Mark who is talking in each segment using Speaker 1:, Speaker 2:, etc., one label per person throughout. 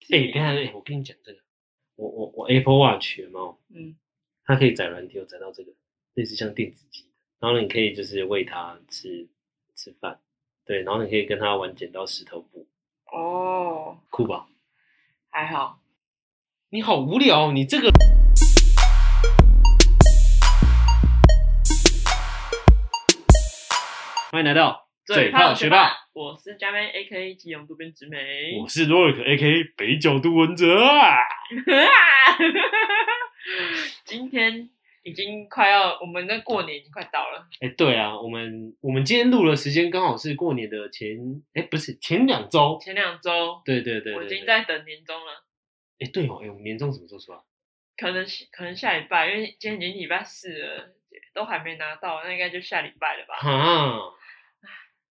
Speaker 1: 哎、等一下，哎、我跟你讲这个，我我我 Apple Watch 有没有
Speaker 2: 嗯，
Speaker 1: 它可以载软体，有载到这个类似像电子鸡，然后呢，你可以就是喂它吃吃饭，对，然后你可以跟它玩剪刀石头布，
Speaker 2: 哦，
Speaker 1: 酷吧？
Speaker 2: 还好，
Speaker 1: 你好无聊哦，你这个。欢迎来到嘴炮学霸，，
Speaker 2: 我是佳妹 A K 吉永渡边直美。
Speaker 1: 我是 Roy A K 北角杜文哲啊。
Speaker 2: 今天已经快要，我们的过年已经快到了，
Speaker 1: 哎、对啊，我们我们今天录的时间刚好是过年的前，哎、不是前两周。
Speaker 2: 前两周
Speaker 1: 对对对
Speaker 2: 我
Speaker 1: 对
Speaker 2: 已
Speaker 1: 对。
Speaker 2: 经在等年终了，
Speaker 1: 哎、对哦，哎、我们年终什么时候出啊？
Speaker 2: 可能可能下礼拜，因为今天已经礼拜四了，都还没拿到，那应该就下礼拜了
Speaker 1: 啊
Speaker 2: 吧。
Speaker 1: 哈。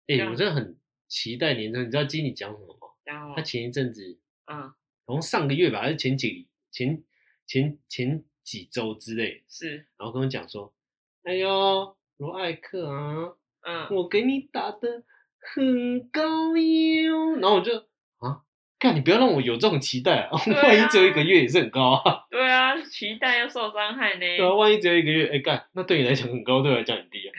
Speaker 1: 哎、
Speaker 2: 这样
Speaker 1: 我真的很期待年终。你知道经理讲什么吗？
Speaker 2: 然后
Speaker 1: 他，前一阵子，
Speaker 2: 嗯，
Speaker 1: 好像上个月吧，还是前几前前前几周之类，
Speaker 2: 是，
Speaker 1: 然后跟我讲说：“哎呦，罗艾克啊，
Speaker 2: 嗯，
Speaker 1: 我给你打的很高哟。”然后我就啊，看你不要让我有这种期待啊，
Speaker 2: 对啊
Speaker 1: 万一只有一个月也是很高啊，
Speaker 2: 对啊，期待要受伤害呢。
Speaker 1: 对啊，万一只有一个月，哎、干，那对你来讲很高，对我来讲很低啊。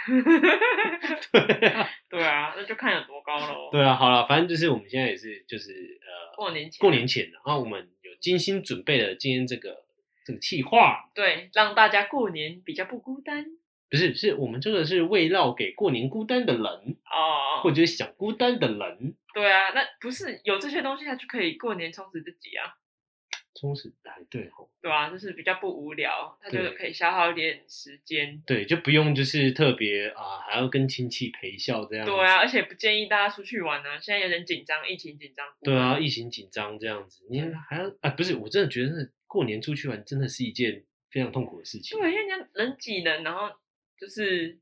Speaker 1: 对啊，
Speaker 2: 对啊，那就看有多高喽。
Speaker 1: 对啊，好了，反正就是我们现在也是就是呃，
Speaker 2: 过年前，
Speaker 1: 过年前，然后我们有精心准备了今天这个这个计划。
Speaker 2: 对，让大家过年比较不孤单
Speaker 1: 不是，是我们这个是围绕给过年孤单的人，
Speaker 2: 哦。
Speaker 1: 或者是想孤单的人，
Speaker 2: 对啊，那不是有这些东西，他就可以过年充实自己啊，
Speaker 1: 充实哎，对吼，
Speaker 2: 对啊，就是比较不无聊，他就
Speaker 1: 对
Speaker 2: 可以消耗一点时间。
Speaker 1: 对，就不用就是特别啊，还要跟亲戚陪笑这样子。
Speaker 2: 对啊，而且不建议大家出去玩啊，现在有点紧张，疫情紧张。
Speaker 1: 对啊，，疫情紧张这样子，你
Speaker 2: 嗯
Speaker 1: 还要啊？不是，我真的觉得过年出去玩真的是一件非常痛苦的事情。
Speaker 2: 对，因为人家人挤人，然后就是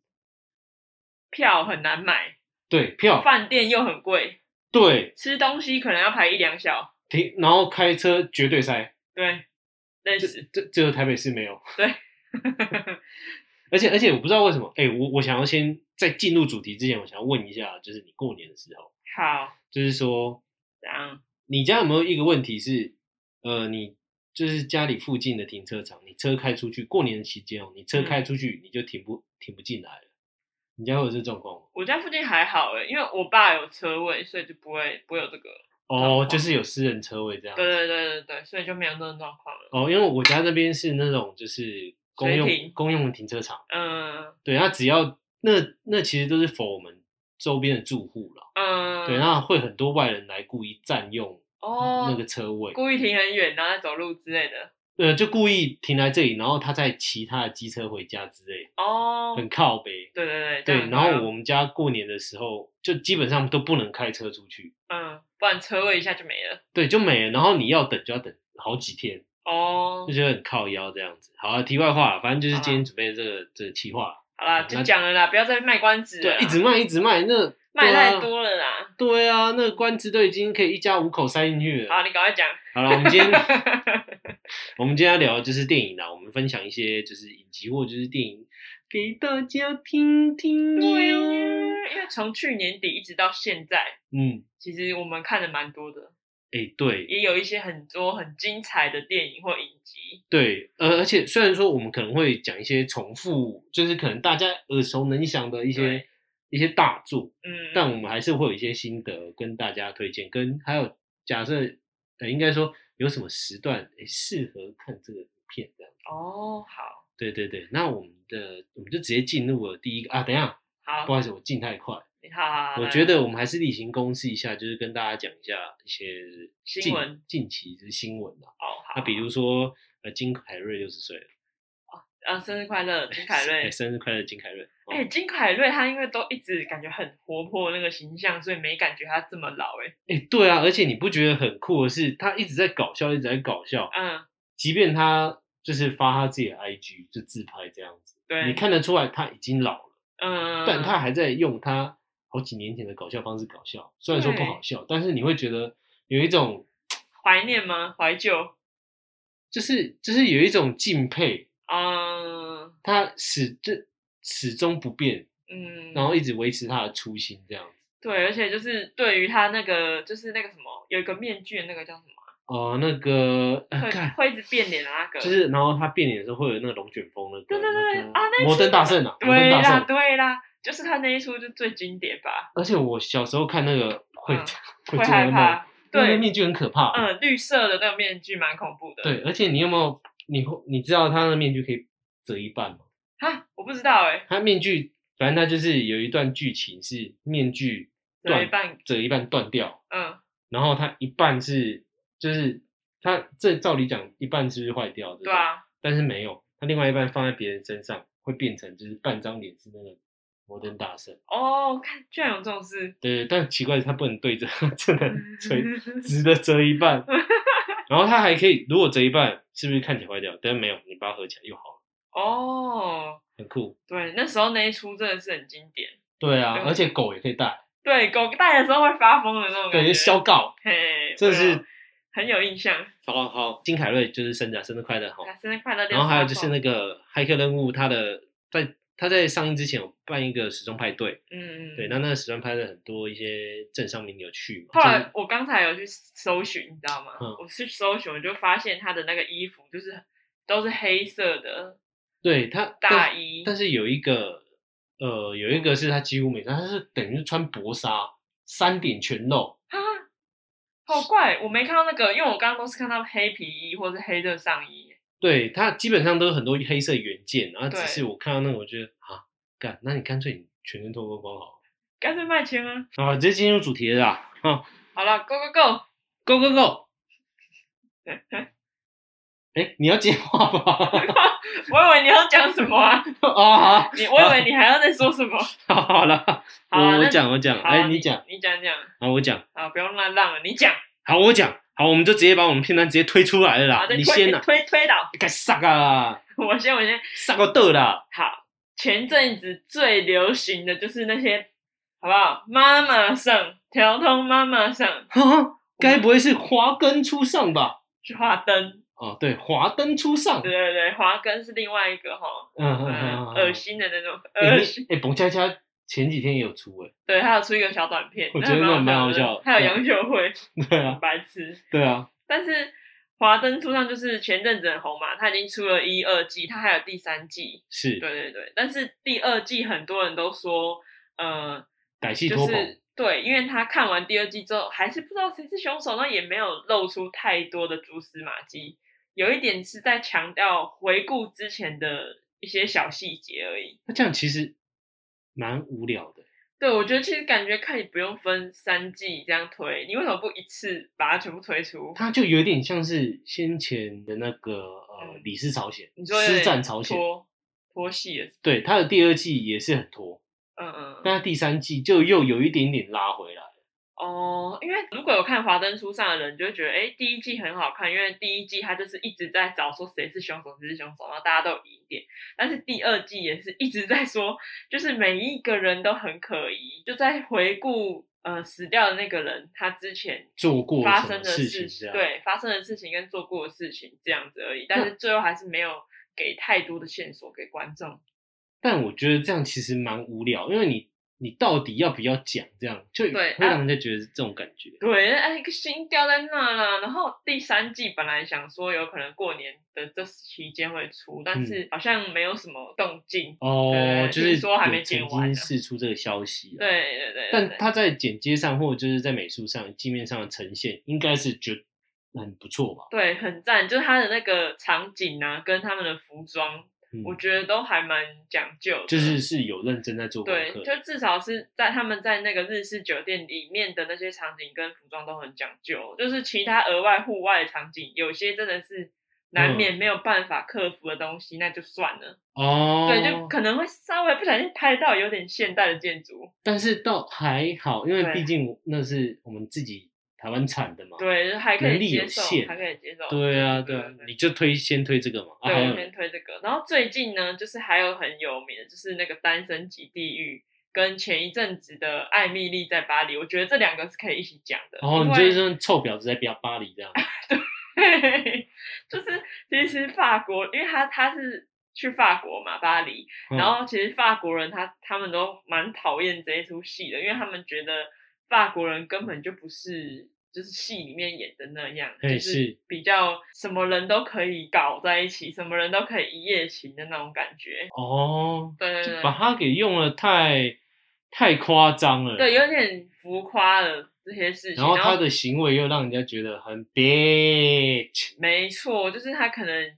Speaker 2: 票很难买，
Speaker 1: 对，票
Speaker 2: 饭店又很贵，
Speaker 1: 对
Speaker 2: 吃东西可能要排一两小
Speaker 1: 停，然后开车绝对塞，
Speaker 2: 对，认
Speaker 1: 这
Speaker 2: 识。
Speaker 1: 这这个台北市没有。
Speaker 2: 嗯
Speaker 1: 而且而且我不知道为什么，哎、我我想要先在进入主题之前，我想要问一下，就是你过年的时候，
Speaker 2: 好，
Speaker 1: 就是说
Speaker 2: 这样
Speaker 1: 你家有没有一个问题是，呃，你就是家里附近的停车场，你车开出去，过年期间哦，你
Speaker 2: 嗯
Speaker 1: 车开出去你就停不停不进来了，你家会有这状况吗？
Speaker 2: 我家附近还好欸诶，因为我爸有车位，所以就不会不会有这个。状
Speaker 1: 哦，
Speaker 2: 况
Speaker 1: 就是有私人车位这样子。
Speaker 2: 对对对对对，所以就没有那种状况了。
Speaker 1: 哦，因为我家这边是那种就是公
Speaker 2: 随
Speaker 1: 用
Speaker 2: 停
Speaker 1: 公用停车场，
Speaker 2: 嗯
Speaker 1: 对，那只要那那其实都是否我们周边的住户了，
Speaker 2: 嗯，
Speaker 1: 对，那会很多外人来故意占用
Speaker 2: 哦，
Speaker 1: 那个车位，
Speaker 2: 故意停很远，然后再走路之类的。
Speaker 1: 呃，就故意停在这里，然后他再骑他的机车回家之类，
Speaker 2: 哦，
Speaker 1: 很靠北。
Speaker 2: 对对对，这
Speaker 1: 对，
Speaker 2: 样嗯很
Speaker 1: 然后
Speaker 2: 棒
Speaker 1: 我们家过年的时候，就基本上都不能开车出去，
Speaker 2: 嗯，不然车位一下就没了。
Speaker 1: 对，就没了。然后你要等就要等好几天，
Speaker 2: 哦
Speaker 1: 就，觉得很靠腰这样子。好啊，题外话啦，反正就是今
Speaker 2: 好
Speaker 1: 天准备的这个这个企划，
Speaker 2: 好啦，就讲了啦，不要再卖关子了
Speaker 1: 对啊
Speaker 2: 啦，，
Speaker 1: 一直卖一直卖，那
Speaker 2: 卖太。
Speaker 1: 对啊
Speaker 2: 多了啦。
Speaker 1: 对啊，那个官司都已经可以一家五口塞进去了。
Speaker 2: 好，你赶快讲。
Speaker 1: 好了，我们今天 我们今天要聊的就是电影啦，我们分享一些就是影集或就是电影给大家听听。
Speaker 2: 对哦，因为从去年底一直到现在，
Speaker 1: 嗯，
Speaker 2: 其实我们看的蛮多的，
Speaker 1: 哎、对
Speaker 2: 也有一些很多很精彩的电影或影集。
Speaker 1: 对，呃，而且虽然说我们可能会讲一些重复，就是可能大家耳熟能详的一些
Speaker 2: 对
Speaker 1: 一些大作，
Speaker 2: 嗯，
Speaker 1: 但我们还是会有一些心得跟大家推荐，跟还有假设呃，应该说有什么时段诶适合看这个片这样。
Speaker 2: 哦，好，
Speaker 1: 对对对，那我们的我们就直接进入了第一个啊，等一下，
Speaker 2: 好，
Speaker 1: 不好意思，我进太快。
Speaker 2: 你好好好，
Speaker 1: 我
Speaker 2: 来
Speaker 1: 觉得我们还是例行公事一下，就是跟大家讲一下一些
Speaker 2: 新
Speaker 1: 近
Speaker 2: 闻
Speaker 1: 近期的新闻啊。
Speaker 2: 哦，好，
Speaker 1: 那比如说，呃，金凯瑞六十岁了，
Speaker 2: 啊，生日快乐，金凯瑞
Speaker 1: 哎。生日快乐，金凯瑞。哦
Speaker 2: 哎、金凯瑞他因为都一直感觉很活泼那个形象，所以没感觉他这么老哎、
Speaker 1: 哎、对啊，而且你不觉得很酷的是，他一直在搞笑，一直在搞笑，
Speaker 2: 嗯，
Speaker 1: 即便他就是发他自己的 IG 就自拍这样子，
Speaker 2: 对，
Speaker 1: 你，看得出来他已经老了，
Speaker 2: 嗯，
Speaker 1: 但他还在用他好几年前的搞笑方式搞笑，虽然说不
Speaker 2: 对
Speaker 1: 好笑，但是你会觉得有一种
Speaker 2: 怀念吗？怀旧？
Speaker 1: 就是就是有一种敬佩，
Speaker 2: 嗯
Speaker 1: 他始这始终不变，
Speaker 2: 嗯，
Speaker 1: 然后一直维持他的初心这样子。
Speaker 2: 对，而且就是对于他那个就是那个什么，有一个面具的那个叫什么啊？
Speaker 1: 哦、那个，呃
Speaker 2: 会
Speaker 1: 干、
Speaker 2: 会一直变脸的那个，
Speaker 1: 就是然后他变脸的时候会有那个龙卷风那个，
Speaker 2: 对对对
Speaker 1: 那个
Speaker 2: 啊那
Speaker 1: 摩登
Speaker 2: 出
Speaker 1: 大圣啊，摩登
Speaker 2: 对啦
Speaker 1: 大圣。
Speaker 2: 对啦，就是他那一出就最经典吧，
Speaker 1: 而且我小时候看那个会、
Speaker 2: 嗯
Speaker 1: 会做
Speaker 2: 会害
Speaker 1: 噩梦，
Speaker 2: 怕，
Speaker 1: 那个
Speaker 2: 对，
Speaker 1: 面具很可怕。
Speaker 2: 嗯，绿色的那个面具蛮恐怖的，
Speaker 1: 对，而且你有没有你会你知道他的面具可以折一半吗？
Speaker 2: 啊，我不知道哎、
Speaker 1: 他面具反正他就是有一段剧情是面具
Speaker 2: 有一
Speaker 1: 断
Speaker 2: 半，
Speaker 1: 折一半断掉，
Speaker 2: 嗯，
Speaker 1: 然后它一半是就是它这照理讲一半是不是坏掉？对不
Speaker 2: 对啊，
Speaker 1: 但是没有，它另外一半放在别人身上会变成就是半张脸是那个摩登大圣。
Speaker 2: 哦，看居然有这 种事，
Speaker 1: 对，但奇怪的是它不能对着， 真的
Speaker 2: 嗯
Speaker 1: 垂直的折一半， 然后它还可以，如果折一半是不是看起来坏掉？但是没有，你把它合起来又好了，
Speaker 2: 哦，
Speaker 1: 很酷。
Speaker 2: 对，那时候那一出真的是很经典，
Speaker 1: 对啊，
Speaker 2: 对
Speaker 1: 而且狗也可以带，
Speaker 2: 对，狗带的时候会发疯的那种感
Speaker 1: 对，
Speaker 2: 觉，
Speaker 1: 消告。
Speaker 2: 嘿，
Speaker 1: 真的
Speaker 2: 我有
Speaker 1: 是
Speaker 2: 很有印象。
Speaker 1: 好好，金凯瑞就是生日啊，生日快乐哈！
Speaker 2: 啊，生日快乐！
Speaker 1: 然后还有就是
Speaker 2: 六
Speaker 1: 那个骇客任务，它的在它在上映之前有办一个时装派对，
Speaker 2: 十号嗯，嗯
Speaker 1: 对，那那个时装派对很多一些政商名流去嘛，
Speaker 2: 后
Speaker 1: 就是
Speaker 2: 来我刚才有去搜寻，你知道吗？
Speaker 1: 嗯
Speaker 2: 我去搜寻，我就发现他的那个衣服就是都是黑色的
Speaker 1: 对他
Speaker 2: 大
Speaker 1: 但
Speaker 2: 衣，
Speaker 1: 但是有一个呃有
Speaker 2: 嗯
Speaker 1: 一个是他几乎没穿，他是等于是穿薄纱，三点全露，
Speaker 2: 啊，好怪！我没看到那个，因为我刚刚都是看到黑皮衣或是黑色上衣。
Speaker 1: 对他基本上都有很多黑色元件，然后只
Speaker 2: 对
Speaker 1: 是我看到那个我觉得啊干，那你干脆你全身脱光光好
Speaker 2: 干脆卖钱啊！
Speaker 1: 了，啊直接进入主题了啦，啊
Speaker 2: 好了，Go Go Go！
Speaker 1: ，Go Go Go！哎，你要接话吧？
Speaker 2: 我以为你要讲什么啊？
Speaker 1: 啊，好
Speaker 2: 你我以为你还要再说什么？
Speaker 1: 好好了，
Speaker 2: 好
Speaker 1: 我
Speaker 2: 啊
Speaker 1: 我
Speaker 2: 那
Speaker 1: 讲我讲，
Speaker 2: 好
Speaker 1: 哎，
Speaker 2: 啊
Speaker 1: 你讲，
Speaker 2: 你讲讲
Speaker 1: 好我讲，
Speaker 2: 啊，不用乱让了，你讲
Speaker 1: 好我讲，好我们就直接把我们片单直接推出来了
Speaker 2: 啊，
Speaker 1: 啦，
Speaker 2: 再
Speaker 1: 你
Speaker 2: 推
Speaker 1: 先啦，
Speaker 2: 推推倒，
Speaker 1: 该杀啊，
Speaker 2: 我先我先
Speaker 1: 杀个豆啦，
Speaker 2: 好，前阵子最流行的就是那些，好不好？妈妈上调通妈妈上
Speaker 1: 哈，该不会是华灯初上吧？
Speaker 2: 是华灯，
Speaker 1: 哦，对，华灯初上，
Speaker 2: 对
Speaker 1: 嗯
Speaker 2: 对对，华根是另外一个哈，
Speaker 1: 嗯
Speaker 2: 嗯，
Speaker 1: 嗯嗯
Speaker 2: 恶
Speaker 1: 嗯，
Speaker 2: 心的那种，
Speaker 1: 哎
Speaker 2: 恶
Speaker 1: 你
Speaker 2: 心。
Speaker 1: 哎，彭佳佳前几天也有出哎，
Speaker 2: 对，他有出一个小短片，
Speaker 1: 我觉得那
Speaker 2: 那
Speaker 1: 蛮好
Speaker 2: 的
Speaker 1: 笑的
Speaker 2: 还有杨秀慧，
Speaker 1: 对
Speaker 2: 很
Speaker 1: 啊
Speaker 2: 白痴。
Speaker 1: 对啊，
Speaker 2: 但是华灯初上就是前阵子很红嘛，他已经出了一二季，他还有第三季。
Speaker 1: 是
Speaker 2: 对对对，但是第二季很多人都说，呃，
Speaker 1: 改戏
Speaker 2: 就
Speaker 1: 脱棚，
Speaker 2: 是对，因为他看完第二季之后，还是不知道谁是凶手，那也没有露出太多的蛛丝马迹。有一点是在强调回顾之前的一些小细节而已。
Speaker 1: 那这样其实蛮无聊的，
Speaker 2: 对，我觉得其实感觉看你不用分三季这样推，你为什么不一次把它全部推出？
Speaker 1: 它就有点像是先前的那个呃
Speaker 2: 嗯
Speaker 1: 李氏朝鲜，
Speaker 2: 你说有
Speaker 1: 师
Speaker 2: 点
Speaker 1: 战朝鲜，
Speaker 2: 拖拖戏了，
Speaker 1: 对，它的第二季也是很拖，
Speaker 2: 嗯嗯嗯。
Speaker 1: 但它第三季就又有一点点拉回来。
Speaker 2: 哦，因为如果有看《华灯初上》的人，就会觉得，哎，第一季很好看，因为第一季它就是一直在找说谁是凶手，谁是凶手，然后大家都有疑点。但是第二季也是一直在说，就是每一个人都很可疑，就在回顾呃死掉的那个人他之前
Speaker 1: 做过
Speaker 2: 发
Speaker 1: 什
Speaker 2: 生
Speaker 1: 么
Speaker 2: 的
Speaker 1: 事
Speaker 2: 事
Speaker 1: 情这
Speaker 2: 情，
Speaker 1: 样。，
Speaker 2: 对发生的事情跟做过的事情这样子而已，但是最后还是没有给太多的线索给观众。
Speaker 1: 但我觉得这样其实蛮无聊，因为你你到底要不要讲这样，就
Speaker 2: 对
Speaker 1: 会
Speaker 2: 啊
Speaker 1: 让人家觉得是这种感觉。
Speaker 2: 对，哎，个心掉在那了。然后第三季本来想说有可能过年的这期间会出，
Speaker 1: 嗯
Speaker 2: 但是好像没有什么动静。
Speaker 1: 哦，
Speaker 2: 对
Speaker 1: 就
Speaker 2: 听
Speaker 1: 是
Speaker 2: 说还
Speaker 1: 有
Speaker 2: 没剪
Speaker 1: 曾经
Speaker 2: 完呢
Speaker 1: 释出这个消息、啊，。
Speaker 2: 对对对，
Speaker 1: 但
Speaker 2: 对
Speaker 1: 他在剪接上或者就是在美术上、镜面上的呈现，应该是觉得很不错吧？
Speaker 2: 对很赞，就是他的那个场景啊，跟他们的服装，
Speaker 1: 嗯，
Speaker 2: 我觉得都还蛮讲究的。
Speaker 1: 就是是有认真在做功
Speaker 2: 对，
Speaker 1: 课。
Speaker 2: 就至少是在他们在那个日式酒店里面的那些场景跟服装都很讲究，就是其他额外户外的场景，有些真的是
Speaker 1: 嗯
Speaker 2: 难免没有办法克服的东西，那就算了。
Speaker 1: 哦，
Speaker 2: 对，就可能会稍微不小心拍到有点现代的建筑，
Speaker 1: 但是倒还好，因为
Speaker 2: 对
Speaker 1: 毕竟那是我们自己台湾产的嘛。
Speaker 2: 对，还可
Speaker 1: 能
Speaker 2: 以
Speaker 1: 力有
Speaker 2: 接受
Speaker 1: 限，
Speaker 2: 还可以接受。
Speaker 1: 对啊，对啊
Speaker 2: 对，
Speaker 1: 你就推先推这个嘛。啊，
Speaker 2: 对，
Speaker 1: 还
Speaker 2: 我
Speaker 1: 有
Speaker 2: 先推这个。然后最近呢，就是还有很有名的，就是那个《单身即地狱》跟前一阵子的《艾米丽在巴黎》，我觉得这两个是可以一起讲的。
Speaker 1: 哦，
Speaker 2: 因
Speaker 1: 你
Speaker 2: 为
Speaker 1: 就是这种臭婊子在巴巴黎这样。
Speaker 2: 就是其实法国，因为他他是去法国嘛，巴黎，
Speaker 1: 嗯
Speaker 2: 然后其实法国人他他们都蛮讨厌这一出戏的，因为他们觉得法国人根本就不是就是戏里面演的那样，
Speaker 1: 嘿
Speaker 2: 就是比较什么人都可以搞在一起，什么人都可以一夜情的那种感觉。
Speaker 1: 哦，
Speaker 2: 对对
Speaker 1: 就
Speaker 2: 对
Speaker 1: 把它给用的太太夸张了，
Speaker 2: 对，有点浮夸了这些事情。
Speaker 1: 然后他的行为又让人家觉得很 bitch
Speaker 2: 没错，就是他可能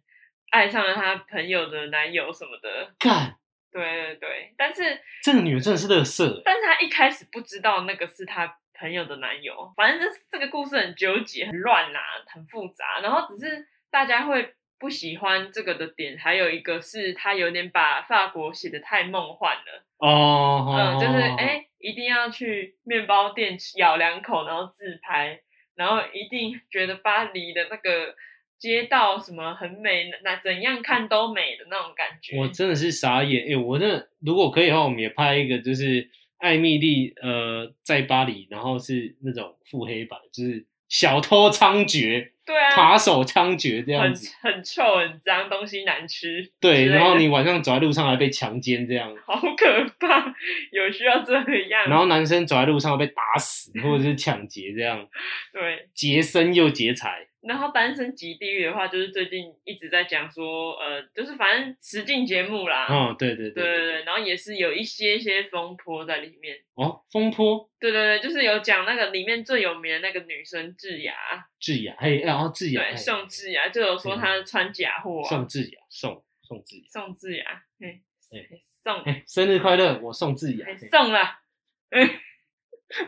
Speaker 2: 爱上了他朋友的男友什么的。
Speaker 1: 干，
Speaker 2: 对对对，但是
Speaker 1: 这个女人真的是欸乐色、
Speaker 2: 但是他一开始不知道那个是他朋友的男友，反正这这个故事很纠结、很乱呐、啊很复杂。然后只是大家会不喜欢这个的点，还有一个是他有点把法国写的太梦幻了，
Speaker 1: 哦，
Speaker 2: 嗯，就是哎、一定要去面包店咬两口，然后自拍，然后一定觉得巴黎的那个。街道什么很美，那怎样看都美的那种感觉。
Speaker 1: 我真的是傻眼，哎、我那如果可以的话，我们也拍一个，就是艾米丽呃在巴黎，然后是那种腹黑版，就是小偷猖獗、
Speaker 2: 对啊，
Speaker 1: 扒手猖獗这样
Speaker 2: 很
Speaker 1: 子。
Speaker 2: 很臭很脏，东西难吃。
Speaker 1: 对，然后
Speaker 2: 你。
Speaker 1: 你晚上走在路上还被强奸这样，
Speaker 2: 好可怕，有需要这样？
Speaker 1: 然后男生走在路上会被打死或者是抢劫这样，
Speaker 2: 对，
Speaker 1: 劫生又劫财。
Speaker 2: 然后单身级地狱的话，就是最近一直在讲说，呃，就是反正实境节目啦，
Speaker 1: 嗯，对对
Speaker 2: 对
Speaker 1: 对
Speaker 2: 对对，然后也是有一些些风波在里面。
Speaker 1: 哦，风波
Speaker 2: 对对对，就是有讲那个里面最有名的那个女生智雅，
Speaker 1: 智雅，嘿，然后智雅，
Speaker 2: 对，
Speaker 1: 嘿
Speaker 2: 宋智雅，就有说她穿假货啊，
Speaker 1: 宋智雅，宋宋智雅，
Speaker 2: 宋智雅，嘿
Speaker 1: 对
Speaker 2: 嘿宋
Speaker 1: 哎
Speaker 2: 哎
Speaker 1: 嘿，生日快乐，我宋智雅
Speaker 2: 嘿，
Speaker 1: 嘿
Speaker 2: 送了，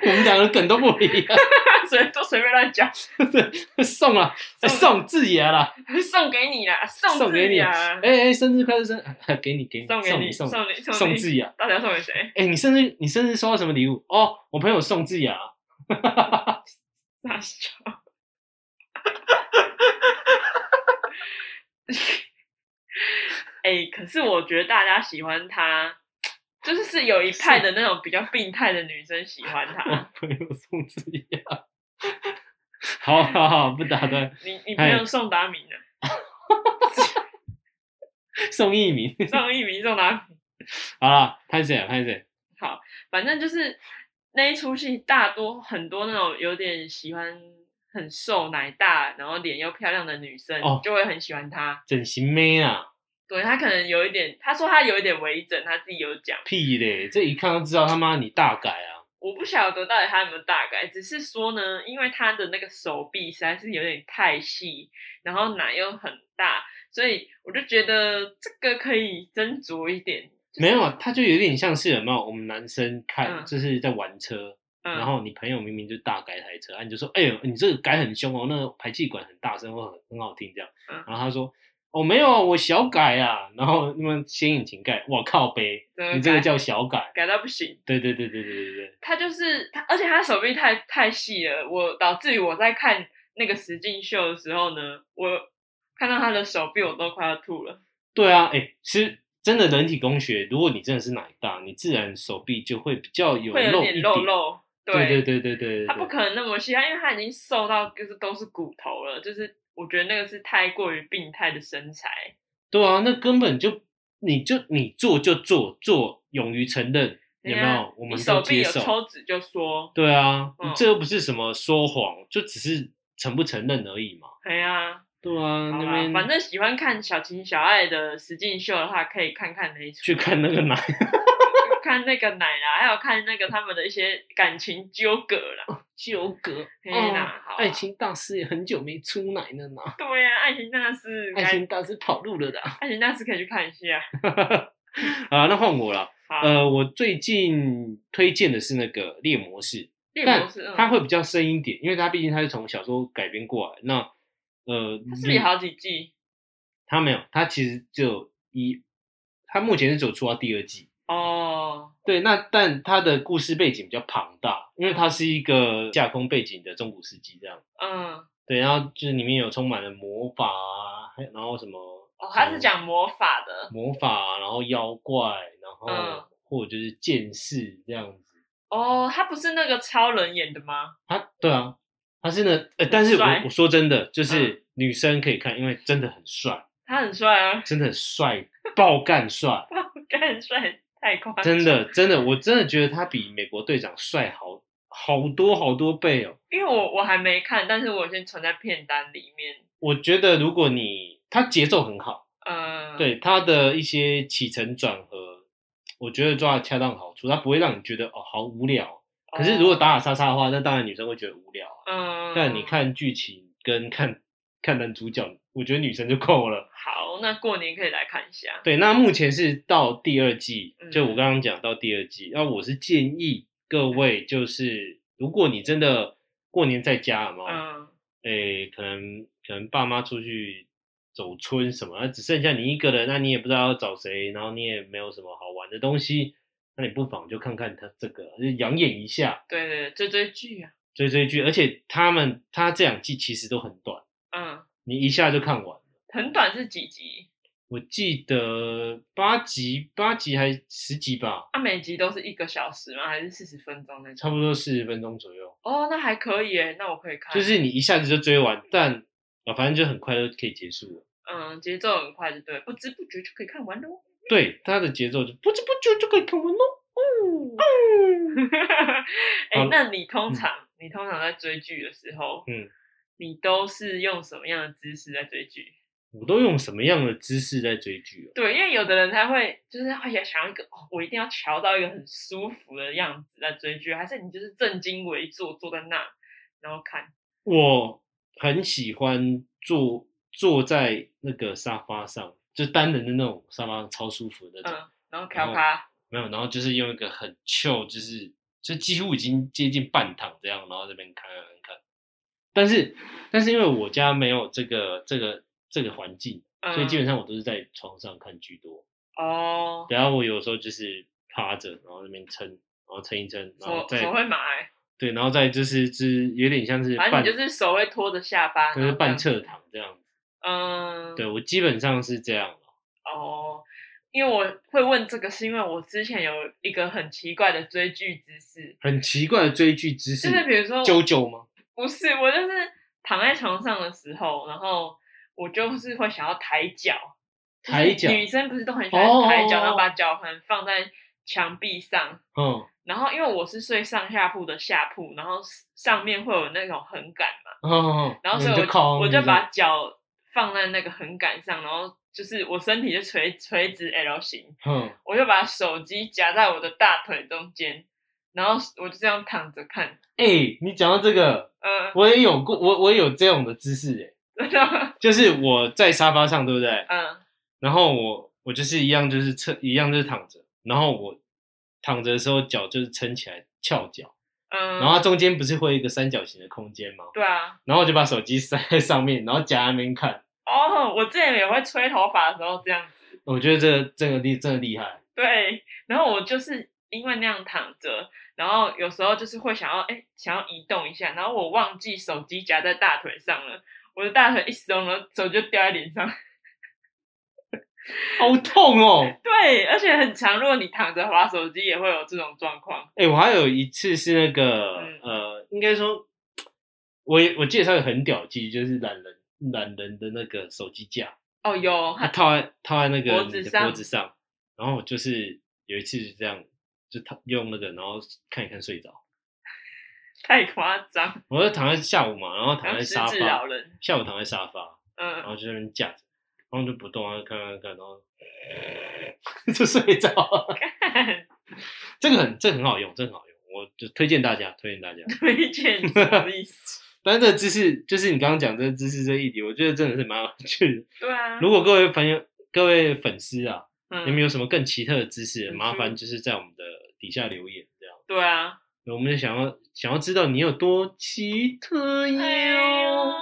Speaker 1: 我们两个梗都不一样。
Speaker 2: 随都随便乱讲，
Speaker 1: 送啊，哎送自己啦，
Speaker 2: 送给你啦，
Speaker 1: 送
Speaker 2: 智
Speaker 1: 给你，
Speaker 2: 雅
Speaker 1: 哎
Speaker 2: 啊，
Speaker 1: 哎，生日快乐，生， 给你给你，
Speaker 2: 送给
Speaker 1: 你
Speaker 2: 你，
Speaker 1: 送
Speaker 2: 送
Speaker 1: 你
Speaker 2: 你，
Speaker 1: 送
Speaker 2: 你，
Speaker 1: 自己啊，
Speaker 2: 到底要送给谁？
Speaker 1: 哎，你生日你生日收到什么礼物？哦，我朋友送自己啊，
Speaker 2: 傻笑。哎、可是我觉得大家喜欢她，就是是有一派的那种比较病态的女生喜欢她。
Speaker 1: 啊我朋友送自己啊， 好好好，不打断，
Speaker 2: 你你朋友宋达明呢？
Speaker 1: 宋一鸣，
Speaker 2: 宋一鸣、宋达明，
Speaker 1: 好啦，拍谁啊拍谁？
Speaker 2: 反正就是那一出戏，大多很多那种有点喜欢很瘦、奶大，然后脸又漂亮的女生，
Speaker 1: 哦
Speaker 2: 就会很喜欢她。
Speaker 1: 整形妹啊，
Speaker 2: 对她可能有一点，她说她有一点微整，她自己有讲。
Speaker 1: 屁嘞，这一看就知道他妈你大改啊，
Speaker 2: 我不晓得到底他有没有大概，只是说呢，因为他的那个手臂实在是有点太细，然后奶又很大，所以我就觉得这个可以斟酌一点。
Speaker 1: 没有，啊，他就有点像是有没有我们男生看
Speaker 2: 嗯
Speaker 1: 就是在玩车，
Speaker 2: 嗯、
Speaker 1: 然后你朋友明明就大改台车，啊、你就说，哎呦，你这个改很凶哦，那个排气管很大声，或很很好听这样。
Speaker 2: 嗯
Speaker 1: 然后他说，哦，没有啊，我小改啊。然后那么掀引擎盖，我靠呗，
Speaker 2: 怎么
Speaker 1: 你这个
Speaker 2: 改
Speaker 1: 叫小改。
Speaker 2: 改到不行。
Speaker 1: 对对对对对对对，
Speaker 2: 他就是他，而且他手臂太太细了，我导致于我在看那个实境秀的时候呢，我看到他的手臂我都快要吐了。
Speaker 1: 对啊，哎，其实真的人体工学，如果你真的是奶大，你自然手臂就会比较有
Speaker 2: 会有
Speaker 1: 肉一
Speaker 2: 点
Speaker 1: 点。
Speaker 2: 肉肉。
Speaker 1: 对对对对对对，
Speaker 2: 他不可能那么细，他因为他已经瘦到就是都是骨头了，就是我觉得那个是太过于病态的身材。
Speaker 1: 对啊，那根本就你就你做就做，做勇于承认，有没
Speaker 2: 人家
Speaker 1: 有？我们
Speaker 2: 你
Speaker 1: 都
Speaker 2: 手臂
Speaker 1: 接
Speaker 2: 有
Speaker 1: 受
Speaker 2: 抽脂就说，
Speaker 1: 对啊，
Speaker 2: 嗯
Speaker 1: 这又不是什么说谎，就只是承不承认而已嘛。
Speaker 2: 哎呀、
Speaker 1: 对啊，
Speaker 2: 好
Speaker 1: 那
Speaker 2: 啦，
Speaker 1: 边
Speaker 2: 反正喜欢看小情小爱的实境秀的话，可以看看那一出，
Speaker 1: 去看那个奶，
Speaker 2: 看那个奶啦，还有看那个他们的一些感情纠葛啦。
Speaker 1: 哦纠葛。
Speaker 2: 嘿啦，好啊
Speaker 1: 哦爱情大师也很久没出奶了呢，
Speaker 2: 对呀、爱情大师，
Speaker 1: 爱情
Speaker 2: 该
Speaker 1: 大师跑路了啦。
Speaker 2: 爱情大师可以去看一下。
Speaker 1: 啊，那换我了。
Speaker 2: 好，
Speaker 1: 呃，我最近推荐的是那个《猎魔士》，
Speaker 2: 猎
Speaker 1: 但
Speaker 2: 魔是，嗯
Speaker 1: 它会比较深一点，因为它毕竟它是从小说改编过来。那呃，
Speaker 2: 它是不是有好几季？
Speaker 1: 它没有，它其实就一，它目前是只有出到第二季。
Speaker 2: 哦，
Speaker 1: 对，那但它的故事背景比较庞大，因为它是一个架空背景的中古世纪这样。
Speaker 2: 嗯，
Speaker 1: 对，然后就是里面有充满了魔法啊，还然后什么
Speaker 2: 哦，他是讲魔法的，
Speaker 1: 魔法啊，然后妖怪，然后、
Speaker 2: 嗯
Speaker 1: 或者就是剑士这样子。
Speaker 2: 哦，他不是那个超人演的吗？
Speaker 1: 啊，对啊，他是那呃，但是
Speaker 2: 帅嗯
Speaker 1: 我我说真的，就是女生可以看，因为真的很帅，
Speaker 2: 他很帅啊，
Speaker 1: 真的很帅，爆干帅，
Speaker 2: 他很帅，太夸张。
Speaker 1: 真的真的，我真的觉得他比美国队长帅好好多好多倍哦。
Speaker 2: 因为我我还没看，但是我先存在片单里面。
Speaker 1: 我觉得如果你它节奏很好，
Speaker 2: 呃，，
Speaker 1: 对它的一些起承转合，我觉得抓的恰到好处，它不会让你觉得哦好无聊。可是如果，打打杀杀的话，那当然女生会觉得无聊啊。
Speaker 2: 哦嗯、
Speaker 1: 但你，看剧情跟看看男主角，我觉得女生就够了。
Speaker 2: 好，那过年可以来看一下。
Speaker 1: 对，那目前是到第二季，就我
Speaker 2: 嗯
Speaker 1: 刚刚讲到第二季。那我是建议各
Speaker 2: 嗯
Speaker 1: 位，就是如果你真的过年在家了嘛，
Speaker 2: 嗯，
Speaker 1: 诶、可能可能爸妈出去走村什么，那只剩下你一个人，那你也不知道要找谁，然后你也没有什么好玩的东西，那你不妨就看看他这个，就养眼一下
Speaker 2: 对对对，追追剧啊，
Speaker 1: 追追剧。而且他们他这两季其实都很短，
Speaker 2: 嗯，
Speaker 1: 你一下就看完。
Speaker 2: 很短是几集？
Speaker 1: 我记得八集，八集还十集吧，
Speaker 2: 啊，每集都是一个小时吗？还是四十分钟那种？
Speaker 1: 差不多四十分钟左右，
Speaker 2: 哦，那还可以诶，那我可以看。
Speaker 1: 就是你一下子就追完，但啊，反正就很快就可以结束了。
Speaker 2: 嗯，节奏很快，就对，不知不觉就可以看完喽。
Speaker 1: 对，它的节奏就不知不觉就可以看完喽。
Speaker 2: 哎、
Speaker 1: 好
Speaker 2: 那你通常、你通常在追剧的时候，
Speaker 1: 嗯，
Speaker 2: 你都是用什么样的姿势在追剧？
Speaker 1: 我都用什么样的姿势在追剧、哦？
Speaker 2: 对，因为有的人他会就是会也想要一个哦，我一定要瞧到一个很舒服的样子在追剧，还是你就是正襟危坐坐在那，然后看。
Speaker 1: 我很喜欢坐坐在那个沙发上，就单人的那种沙发上，超舒服的那种。
Speaker 2: 嗯，然后咔咔，
Speaker 1: 没有，然后就是用一个很 chill，就是就几乎已经接近半躺这样，然后这边看看看。但是但是因为我家没有这个这个这个环境，
Speaker 2: 嗯、
Speaker 1: 所以基本上我都是在床上看居多。
Speaker 2: 哦，
Speaker 1: 然后我有时候就是趴着，然后那边撑，然后撑一撑，然后
Speaker 2: 手手
Speaker 1: 再
Speaker 2: 会麻、欸，
Speaker 1: 对，然后再就是就是有点像是
Speaker 2: 反正
Speaker 1: 半
Speaker 2: 你就是手会拖着下巴，
Speaker 1: 就是
Speaker 2: 然后这样
Speaker 1: 半侧躺这样。
Speaker 2: 嗯，
Speaker 1: 对我基本上是这样。
Speaker 2: 哦，因为我会问这个，是因为我之前有一个很奇怪的追剧姿势，
Speaker 1: 很奇怪的追剧姿势
Speaker 2: 就，是比如说，
Speaker 1: 啾啾吗？
Speaker 2: 不是我就是躺在床上的时候，然后我就是会想要抬脚，就是
Speaker 1: 抬脚
Speaker 2: 女生不是都很喜欢抬脚，
Speaker 1: 哦
Speaker 2: 然后把脚可能放在墙壁上。
Speaker 1: 嗯
Speaker 2: 然后，因为我是睡上下铺的下铺，然后上面会有那种横杆嘛，
Speaker 1: 嗯嗯，
Speaker 2: 然后
Speaker 1: 你
Speaker 2: 所以
Speaker 1: 就
Speaker 2: 我
Speaker 1: 靠
Speaker 2: 我
Speaker 1: 那
Speaker 2: 就
Speaker 1: 个
Speaker 2: 把脚放在那个横杆上，然后就是我身体就垂垂直 L 型，
Speaker 1: 嗯
Speaker 2: 我就把手机夹在我的大腿中间，然后我就这样躺着看，
Speaker 1: 哎、你讲到这个，
Speaker 2: 嗯，
Speaker 1: 我也有过，我我也有这种的姿势哎，就是我在沙发上，对不对？
Speaker 2: 嗯，
Speaker 1: 然后我我就是一样，就是侧一样就是躺着，然后我躺着的时候脚就是撑起来翘脚，
Speaker 2: 嗯，
Speaker 1: 然后它中间不是会有一个三角形的空间吗？
Speaker 2: 对啊，
Speaker 1: 然后我就把手机塞在上面，然后夹在那边看。
Speaker 2: 哦，我之前也会吹头发的时候这样子，
Speaker 1: 我觉得这个这个厉真的厉害，
Speaker 2: 对，然后我就是因为那样躺着，然后有时候就是会想要哎想要移动一下，然后我忘记手机夹在大腿上了，我的大腿一松了，手就掉在脸上，
Speaker 1: 好痛哦！
Speaker 2: 对，而且很长，如果你躺着滑手机也会有这种状况，
Speaker 1: 哎、我还有一次是那个、
Speaker 2: 嗯
Speaker 1: 呃，应该说，我也我介绍一个很屌技，就是懒人懒人的那个手机架。
Speaker 2: 哦，有，
Speaker 1: 他套在套在那个
Speaker 2: 脖
Speaker 1: 你
Speaker 2: 子
Speaker 1: 的脖
Speaker 2: 上
Speaker 1: 子上，然后我就是有一次是这样，就套用那个，然后看一看睡着。
Speaker 2: 太夸张，
Speaker 1: 我就躺在下午嘛，然后躺
Speaker 2: 然后
Speaker 1: 在
Speaker 2: 失
Speaker 1: 沙
Speaker 2: 智老
Speaker 1: 发，
Speaker 2: 人，
Speaker 1: 下午躺在沙发，然
Speaker 2: 嗯。
Speaker 1: 后 就在那边架着，然后就不动，然后看看看，然后 就睡着了。这个很这个很好用，这个很好用，我就推荐大家，推荐大家。
Speaker 2: 推荐是什么意思？
Speaker 1: 但是这个姿势，就是你刚刚讲这个姿势这一题，我觉得真的是蛮有趣的。
Speaker 2: 对啊，
Speaker 1: 如果各位朋友、各位粉丝啊，
Speaker 2: 嗯
Speaker 1: 你们有什么更奇特的知识，
Speaker 2: 嗯
Speaker 1: 麻烦就是在我们的底下留言，这样
Speaker 2: 对啊，
Speaker 1: 我们想要想要知道你有多奇特哟。
Speaker 2: 哎呦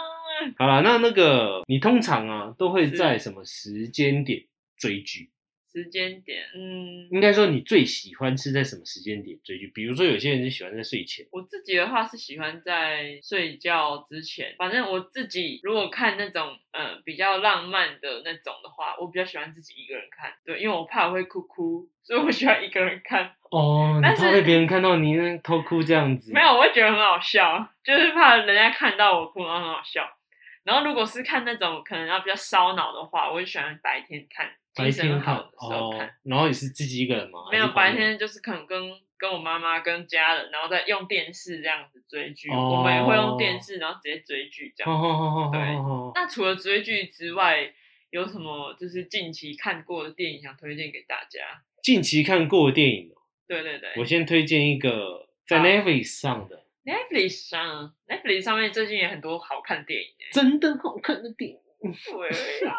Speaker 1: 好啦，那那个你通常啊都会
Speaker 2: 是
Speaker 1: 在什么时间点追剧？
Speaker 2: 时间点，嗯，
Speaker 1: 应该说你最喜欢是在什么时间点追剧？比如说有些人是喜欢在睡前，
Speaker 2: 我自己的话是喜欢在睡觉之前，反正我自己如果看那种嗯、呃比较浪漫的那种的话，我比较喜欢自己一个人看，对，因为我怕我会哭哭，所以我喜欢一个人看。
Speaker 1: 哦，你
Speaker 2: 但是
Speaker 1: 怕被别人看到你那偷哭这样子？
Speaker 2: 没有，，我会觉得很好笑，就是怕人家看到我哭，然后很好笑。然后如果是看那种可能要比较烧脑的话，我会喜欢白天看，
Speaker 1: 白
Speaker 2: 精神
Speaker 1: 天
Speaker 2: 好
Speaker 1: 看
Speaker 2: 的时候
Speaker 1: 哦
Speaker 2: 看。，
Speaker 1: 然后你是自己一个人吗？
Speaker 2: 没
Speaker 1: 还
Speaker 2: 有
Speaker 1: 是
Speaker 2: 白
Speaker 1: 朋友，
Speaker 2: 天就是可能跟跟我妈妈跟家人，然后再用电视这样子追剧。
Speaker 1: 哦
Speaker 2: 我们也会用电视，然后直接追剧这
Speaker 1: 哦
Speaker 2: 样。
Speaker 1: 哦哦
Speaker 2: 对
Speaker 1: 哦哦，
Speaker 2: 那除了追剧之外，有什么就是近期看过的电影想推荐给大家？
Speaker 1: 近期看过的电影，哦
Speaker 2: 对对对
Speaker 1: 我先推荐一个在
Speaker 2: 好
Speaker 1: Netflix 上的，
Speaker 2: ，Netflix 上，Netflix 上面最近也很多好看的电影耶。
Speaker 1: 真的好看的电影，
Speaker 2: 对啊，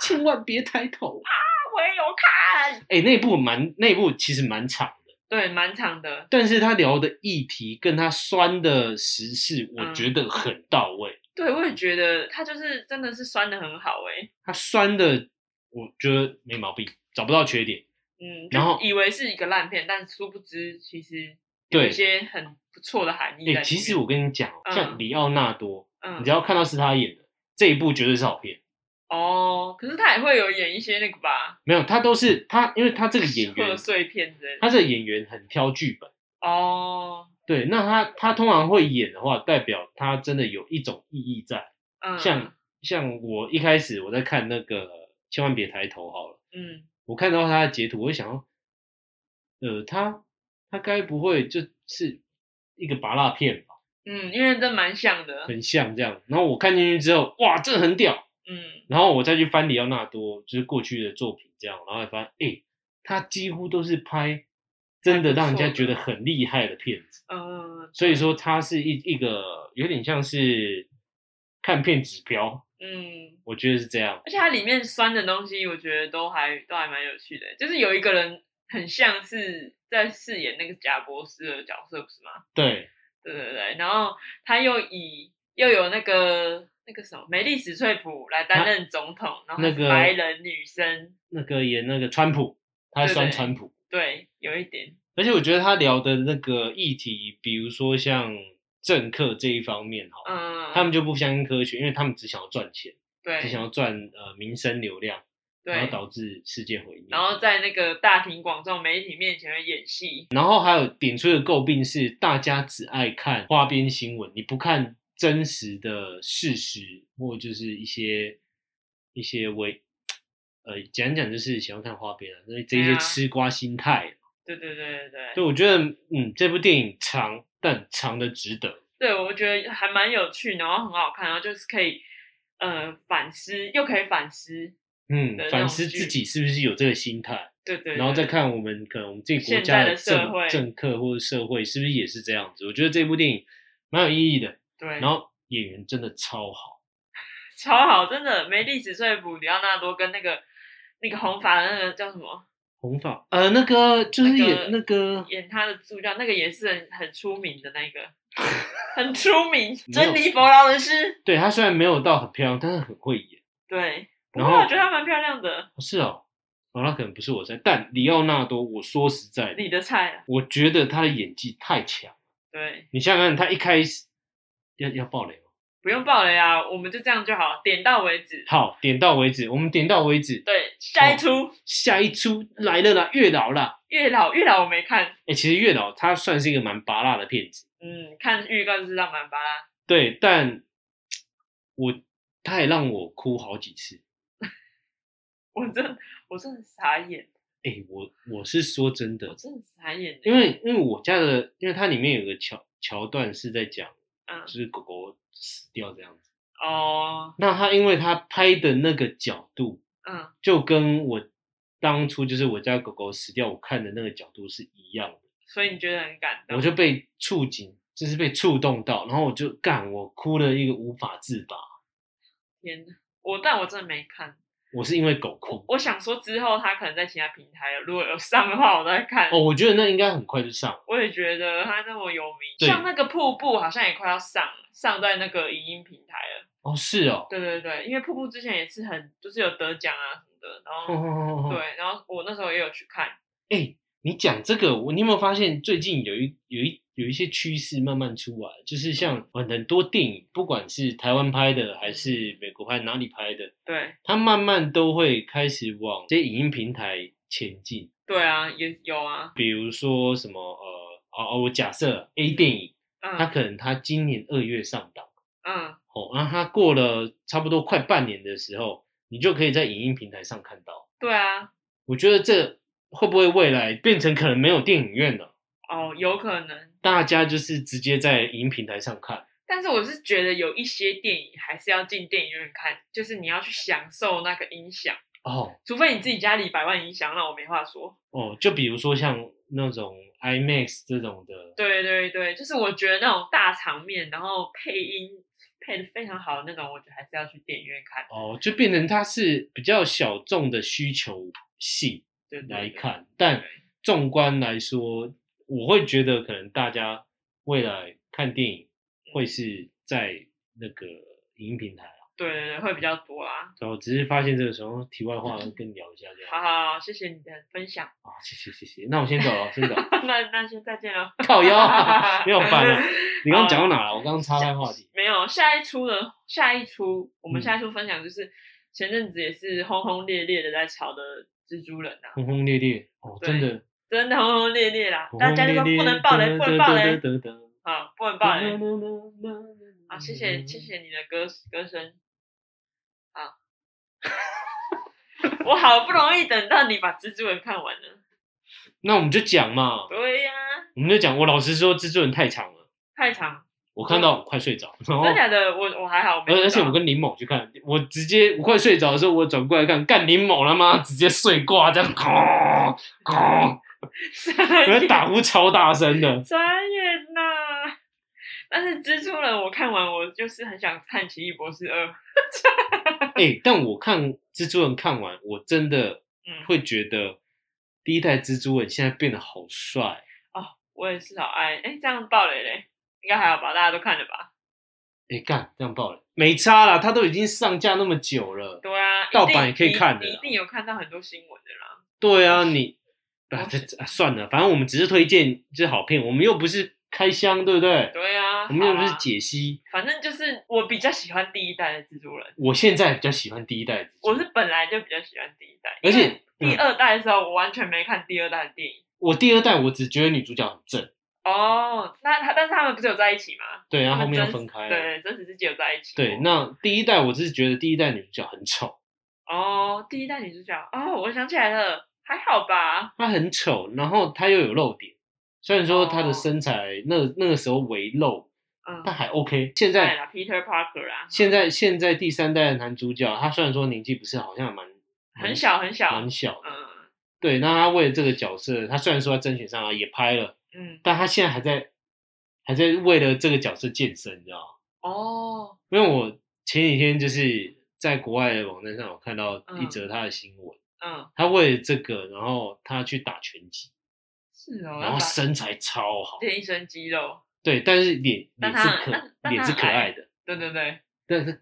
Speaker 1: 千万别抬头。
Speaker 2: 我也有看。
Speaker 1: 哎、那部蛮那部其实蛮长的，
Speaker 2: 对，蛮长的。
Speaker 1: 但是他聊的议题跟他酸的时事，我
Speaker 2: 嗯
Speaker 1: 觉得很到位。
Speaker 2: 对，我也觉得他就是真的是酸的很好哎。
Speaker 1: 他酸的，我觉得没毛病，找不到缺点。
Speaker 2: 嗯，
Speaker 1: 然后
Speaker 2: 就以为是一个烂片，但殊不知其实有
Speaker 1: 对
Speaker 2: 一些很不错的含义
Speaker 1: 哎、
Speaker 2: 在里面。
Speaker 1: 其实我跟你讲哦，
Speaker 2: 嗯
Speaker 1: 像里奥纳多，
Speaker 2: 嗯，
Speaker 1: 你只要看到是他演的这一部，绝对是好片。
Speaker 2: 哦，可是他也会有演一些那个吧，
Speaker 1: 没有，他都是他，因为他这个演
Speaker 2: 贺
Speaker 1: 员，
Speaker 2: 岁片之类的。
Speaker 1: 他这个演员很挑剧本。
Speaker 2: 哦，
Speaker 1: 对，那他他通常会演的话，代表他真的有一种意义在。
Speaker 2: 嗯，
Speaker 1: 像像我一开始我在看那个《千万别抬头》好了，
Speaker 2: 嗯，
Speaker 1: 我看到他的截图，我就想要，呃，他他该不会就是一个拔蜡片吧？
Speaker 2: 嗯，因为这蛮像的，
Speaker 1: 很像这样。然后我看进去之后，哇，这很屌。
Speaker 2: 嗯，
Speaker 1: 然后我再去翻里奥纳多，就是过去的作品这样，然后才发现，哎、他几乎都是拍真的让人家觉得很厉害的片子。
Speaker 2: 呃，
Speaker 1: 所以说，它是一一个有点像是看片指标，
Speaker 2: 嗯，
Speaker 1: 我觉得是这样。
Speaker 2: 而且它里面酸的东西，我觉得都还都还蛮有趣的，就是有一个人很像是在饰演那个贾博士的角色，不是吗？
Speaker 1: 对，
Speaker 2: 对对对，然后他又以又有那个那个什么梅丽史翠普来担任总统，然后她
Speaker 1: 那
Speaker 2: 是
Speaker 1: 个
Speaker 2: 白人女生，
Speaker 1: 那个演那个川普，他
Speaker 2: 对
Speaker 1: 酸
Speaker 2: 对
Speaker 1: 川普，
Speaker 2: 对，有一点，
Speaker 1: 而且我觉得他聊的那个议题，比如说像政客这一方面，好了，
Speaker 2: 嗯，
Speaker 1: 他们就不相信科学，因为他们只想要赚钱，只想
Speaker 2: 对
Speaker 1: 要赚呃民生流量，然后
Speaker 2: 对，
Speaker 1: 导致世界毁灭。
Speaker 2: 然后在那个大庭广众媒体面前面演戏，
Speaker 1: 然后还有点出的诟病是，大家只爱看花边新闻，你不看真实的事实或就是一些一些微，呃，讲讲就是喜欢看花边啊，那这一
Speaker 2: 对
Speaker 1: 些
Speaker 2: 啊
Speaker 1: 吃瓜心态。
Speaker 2: 对对对对对，
Speaker 1: 对，我觉得嗯，这部电影长，但长的值得。
Speaker 2: 对我觉得还蛮有趣，然后很好看，然后就是可以呃反思，又可以反思，
Speaker 1: 嗯
Speaker 2: 对，
Speaker 1: 反
Speaker 2: 那种
Speaker 1: 思
Speaker 2: 剧
Speaker 1: 自己是不是有这个心态，
Speaker 2: 对对，
Speaker 1: 然后再
Speaker 2: 对
Speaker 1: 看我们可能我们自己国
Speaker 2: 现
Speaker 1: 家
Speaker 2: 在的社
Speaker 1: 政
Speaker 2: 会
Speaker 1: 政客或者社会是不是也是这样子。我觉得这部电影蛮有意义的，
Speaker 2: 对，
Speaker 1: 然后演员真的超好。
Speaker 2: 超好，真的梅丽史翠普、里奥纳多跟那个那个红发的那个叫什么？
Speaker 1: 红发，呃，那个就是演那
Speaker 2: 嗯那
Speaker 1: 个，
Speaker 2: 演他的助教，那个也是很很出名的那 个，很出名。
Speaker 1: 没有
Speaker 2: 珍妮佛劳伦斯，
Speaker 1: 对她虽然没有到很漂亮，但是很会演。
Speaker 2: 对，不
Speaker 1: 然
Speaker 2: 过
Speaker 1: 后
Speaker 2: 我觉得她蛮漂亮的，
Speaker 1: 是哦，哦，那可能不是我在，但里奥纳多，我说实在的，
Speaker 2: 你的菜啊，
Speaker 1: 我觉得他的演技太强。
Speaker 2: 对，
Speaker 1: 你想想看，他一开始要要爆雷吗？哦
Speaker 2: 不用爆雷啊，我们就这样就好，点到为止。
Speaker 1: 好，点到为止，我们点到为止。
Speaker 2: 对，下一出、
Speaker 1: 下一出来了啦，月老啦。
Speaker 2: 月老，月老我没看，
Speaker 1: 哎、其实月老他算是一个蛮拔辣的片子，
Speaker 2: 嗯，看预告就知道蛮巴拉。
Speaker 1: 对，但我他也让我哭好几次。
Speaker 2: 我真我真的傻眼，
Speaker 1: 哎、我我是说真的
Speaker 2: 我，真的傻眼，欸
Speaker 1: 因为因为我家的，因为它里面有个桥桥段是在讲，
Speaker 2: 嗯
Speaker 1: 就是狗狗死掉这样子。
Speaker 2: 哦，
Speaker 1: 那他因为他拍的那个角度，
Speaker 2: 嗯
Speaker 1: 就跟我当初就是我家狗狗死掉我看的那个角度是一样的，
Speaker 2: 所以你觉得很感动？
Speaker 1: 我就被触景，就是被触动到，然后我就干，我哭了一个无法自拔。
Speaker 2: 天哪，我但我真的没看。
Speaker 1: 我是因为狗哭
Speaker 2: 我想说之后他可能在其他平台如果有上的话，我再看。
Speaker 1: 哦，我觉得那应该很快就上了。
Speaker 2: 我也觉得他那么有
Speaker 1: 对
Speaker 2: 名，像那个瀑布好像也快要上上在那个影音平台了。
Speaker 1: 哦，是哦，
Speaker 2: 对对对，因为瀑布之前也是很就是有得奖啊什么的，然
Speaker 1: 哦哦
Speaker 2: 后、
Speaker 1: 哦哦，
Speaker 2: 对，然后我那时候也有去看，
Speaker 1: 哎、你讲这个，我你有没有发现最近有一有一有一些趋势慢慢出来，就是像呃很多电影，不管是台湾拍的还是美国拍哪里拍的，
Speaker 2: 对
Speaker 1: 它慢慢都会开始往这些影音平台前进。
Speaker 2: 对啊，也有啊，
Speaker 1: 比如说什么呃哦哦，我假设 A 电影，它
Speaker 2: 嗯
Speaker 1: 可能它今年二月上档，
Speaker 2: 嗯，
Speaker 1: 哦，那它过了差不多快半年的时候，你就可以在影音平台上看到。
Speaker 2: 对啊，
Speaker 1: 我觉得这会不会未来变成可能没有电影院了？
Speaker 2: 哦，有可能。
Speaker 1: 大家就是直接在影音平台上看。
Speaker 2: 但是我是觉得有一些电影还是要进电影院看，就是你要去享受那个音响，
Speaker 1: 哦
Speaker 2: 除非你自己家里百万音响，那我没话说。
Speaker 1: 哦，就比如说像那种 IMAX 这种的，
Speaker 2: 对对对，就是我觉得那种大场面，然后配音配的非常好的那种，我觉得还是要去电影院看。
Speaker 1: 哦，就变成它是比较小众的需求性
Speaker 2: 对对对
Speaker 1: 来看，但纵观来说，我会觉得可能大家未来看电影会是在那个影音平台啊。
Speaker 2: 对对对，会比较多啦。
Speaker 1: 然后只是发现这个时候，题外话跟你聊一下这样。
Speaker 2: 嗯好好，好谢谢你的分享。
Speaker 1: 啊，谢谢谢谢，那我先走了，先走，
Speaker 2: 那那先再见了。
Speaker 1: 靠腰， 啊没有烦了。你刚刚讲到哪
Speaker 2: 嗯
Speaker 1: 了？我刚刚岔
Speaker 2: 下
Speaker 1: 开话题。
Speaker 2: 没有，下一出的下一出，我
Speaker 1: 嗯
Speaker 2: 们下一出分享就是前阵子也是轰轰烈烈的在炒的蜘蛛人啊，
Speaker 1: 轰轰烈烈哦，
Speaker 2: 对
Speaker 1: 真的
Speaker 2: 真的轰轰烈烈啦，
Speaker 1: 轰
Speaker 2: 大
Speaker 1: 轰
Speaker 2: 家就
Speaker 1: 烈
Speaker 2: 说
Speaker 1: 烈。
Speaker 2: 不能爆雷，不能爆雷
Speaker 1: 得得得得
Speaker 2: 啊，不能爆雷。
Speaker 1: 得。
Speaker 2: 好，谢
Speaker 1: 嗯
Speaker 2: 谢谢。谢你的歌歌声，好， 我好不容易等到你把蜘蛛人看完了，
Speaker 1: 那我们就讲嘛，
Speaker 2: 对呀、
Speaker 1: 我们就讲。我老实说，蜘蛛人太长了，
Speaker 2: 太长，
Speaker 1: 我看到我快睡着，然后
Speaker 2: 真。假的，我我还好，没
Speaker 1: 哦而而且
Speaker 2: 找
Speaker 1: 我跟林某去看，我直接我快睡着的时候，我转过来看，干林某他妈直接睡挂，这样，哐 哐，
Speaker 2: 傻
Speaker 1: 我
Speaker 2: 眼
Speaker 1: 打呼超大声的。
Speaker 2: 傻眼呐、但是蜘蛛人我看完，我就是很想看《奇异博士二》。
Speaker 1: 哎、但我看蜘蛛人看完，我真的
Speaker 2: 嗯，
Speaker 1: 会觉得第一代蜘蛛人现在变得好帅。
Speaker 2: 我也是好爱。哎、这样爆雷嘞，应该还好吧？大家都看了吧？
Speaker 1: 哎、干，这样爆了，没差啦，他都已经上架那么久了。
Speaker 2: 对啊，一
Speaker 1: 盗
Speaker 2: 定
Speaker 1: 版也可以
Speaker 2: 你
Speaker 1: 看的
Speaker 2: 你一
Speaker 1: 啦
Speaker 2: 定有看到很多新闻的啦。
Speaker 1: 对啊，你啊
Speaker 2: 我
Speaker 1: 这这啊算了，反正我们只是推荐就是好片，我们又不是开箱，对不对？
Speaker 2: 对啊，
Speaker 1: 我们又
Speaker 2: 好
Speaker 1: 不
Speaker 2: 啦
Speaker 1: 是解析。
Speaker 2: 反正就是我比较喜欢第一代的蜘蛛人，
Speaker 1: 我现在比较喜欢第一代的蜘蛛
Speaker 2: 我
Speaker 1: 人，
Speaker 2: 是本来就比较喜欢第一代，
Speaker 1: 而
Speaker 2: 因为
Speaker 1: 且嗯
Speaker 2: 第二代的时候我完全没看第二代的电影。
Speaker 1: 我第二代我只觉得女主角很正，
Speaker 2: 哦，那他但是他们不是有在一起吗？
Speaker 1: 对，然后
Speaker 2: 他
Speaker 1: 后
Speaker 2: 们
Speaker 1: 面要
Speaker 2: 真
Speaker 1: 分开了。
Speaker 2: 对，真实世界有在一起。
Speaker 1: 对，那第一代我只是觉得第一代女主角很丑，
Speaker 2: 哦，第一代女主角哦，我想起来了，还好吧？
Speaker 1: 她很丑，然后她又有露点，虽然说她
Speaker 2: 哦
Speaker 1: 的身材那那个时候微露，
Speaker 2: 嗯，
Speaker 1: 但还 OK。现
Speaker 2: 对
Speaker 1: 在
Speaker 2: 啦，Peter Parker 啊啦，
Speaker 1: 啊现在现在第三代的男主角，他虽然说年纪不是好像也蛮
Speaker 2: 很小很小，
Speaker 1: 蛮小的，
Speaker 2: 嗯
Speaker 1: 对，那他为了这个角色，他虽然说他甄选上啊也拍了，
Speaker 2: 嗯，
Speaker 1: 但他现在还在还在为了这个角色健身，你知道吗？
Speaker 2: 哦，
Speaker 1: 因为我前几天就是在国外的网站上有看到一则他的新闻，
Speaker 2: 嗯，
Speaker 1: 他为了这个，然后他去打拳击，
Speaker 2: 是哦，
Speaker 1: 然后
Speaker 2: 要
Speaker 1: 身材超好
Speaker 2: 把，练一身肌肉，
Speaker 1: 对，但是脸
Speaker 2: 但
Speaker 1: 脸
Speaker 2: 他
Speaker 1: 是
Speaker 2: 很
Speaker 1: 可
Speaker 2: 但
Speaker 1: 脸
Speaker 2: 他
Speaker 1: 是
Speaker 2: 很
Speaker 1: 可
Speaker 2: 矮
Speaker 1: 爱的，
Speaker 2: 对对对，
Speaker 1: 但是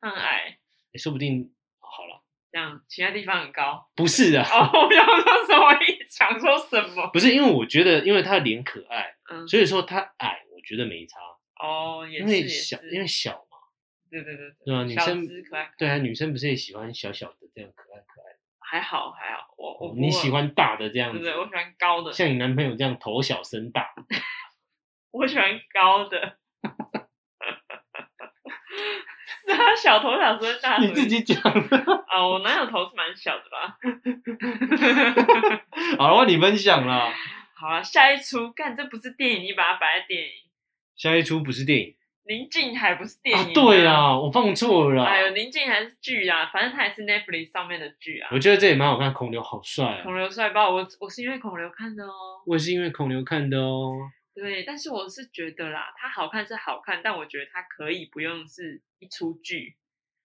Speaker 2: 很矮，
Speaker 1: 说不定好了，
Speaker 2: 这样其他地方很高。
Speaker 1: 不是啊，
Speaker 2: 哦，我想说什么？想说什么？
Speaker 1: 不是，因为我觉得因为他的脸可爱，
Speaker 2: 嗯，
Speaker 1: 所以说他矮，我觉得没差，
Speaker 2: 哦，也
Speaker 1: 因
Speaker 2: 是也
Speaker 1: 为
Speaker 2: 是
Speaker 1: 小，因为小嘛，
Speaker 2: 对对对
Speaker 1: 对啊，女
Speaker 2: 小
Speaker 1: 生
Speaker 2: 资可爱
Speaker 1: 对啊，女生不是也喜欢小小的这样可爱可爱？
Speaker 2: 还好还好，我我
Speaker 1: 你
Speaker 2: 不
Speaker 1: 喜
Speaker 2: 会，
Speaker 1: 欢大的这样
Speaker 2: 对
Speaker 1: 子，
Speaker 2: 对，我喜欢高的，
Speaker 1: 像你男朋友这样头小身大，
Speaker 2: 我喜欢高的。是啊，小头小身大，
Speaker 1: 你自己讲的。
Speaker 2: 啊，我男友头是蛮小 的吧？
Speaker 1: 好了，换你分享啦。
Speaker 2: 好啊，下一出，干这不是电影，你把它摆在电影，
Speaker 1: 下一出不是电影
Speaker 2: 林静海不是电影、
Speaker 1: 啊？对，啊，我放错了啦。
Speaker 2: 哎呦，林静海是剧啊，反正它也是 Netflix 上面的剧啊
Speaker 1: 我。觉得这也蛮好看，孔刘好帅啊！
Speaker 2: 孔刘帅爆，我我是因为孔刘看的哦。
Speaker 1: 我也是因为孔刘看的哦。
Speaker 2: 对，但是我是觉得啦，它好看是好看，但我觉得它可以不用是一出剧，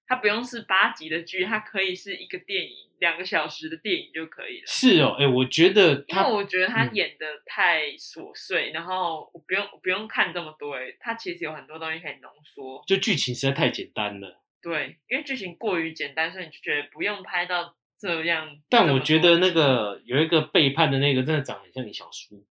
Speaker 2: 它不用是八集的剧，它可以是一个电影，两个小时的电影就可以了。
Speaker 1: 是哦，哎，我觉得
Speaker 2: 因为
Speaker 1: 他
Speaker 2: 我觉得他
Speaker 1: 嗯
Speaker 2: 演的太琐碎，然后我不用我不用看这么多、欸，他其实有很多东西可以浓缩。
Speaker 1: 就剧情实在太简单了，
Speaker 2: 对，因为剧情过于简单，所以你就觉得不用拍到这样。
Speaker 1: 但
Speaker 2: 这么
Speaker 1: 我
Speaker 2: 多
Speaker 1: 觉得那
Speaker 2: 集
Speaker 1: 个有一个背叛的那个，真的长得很像你小叔。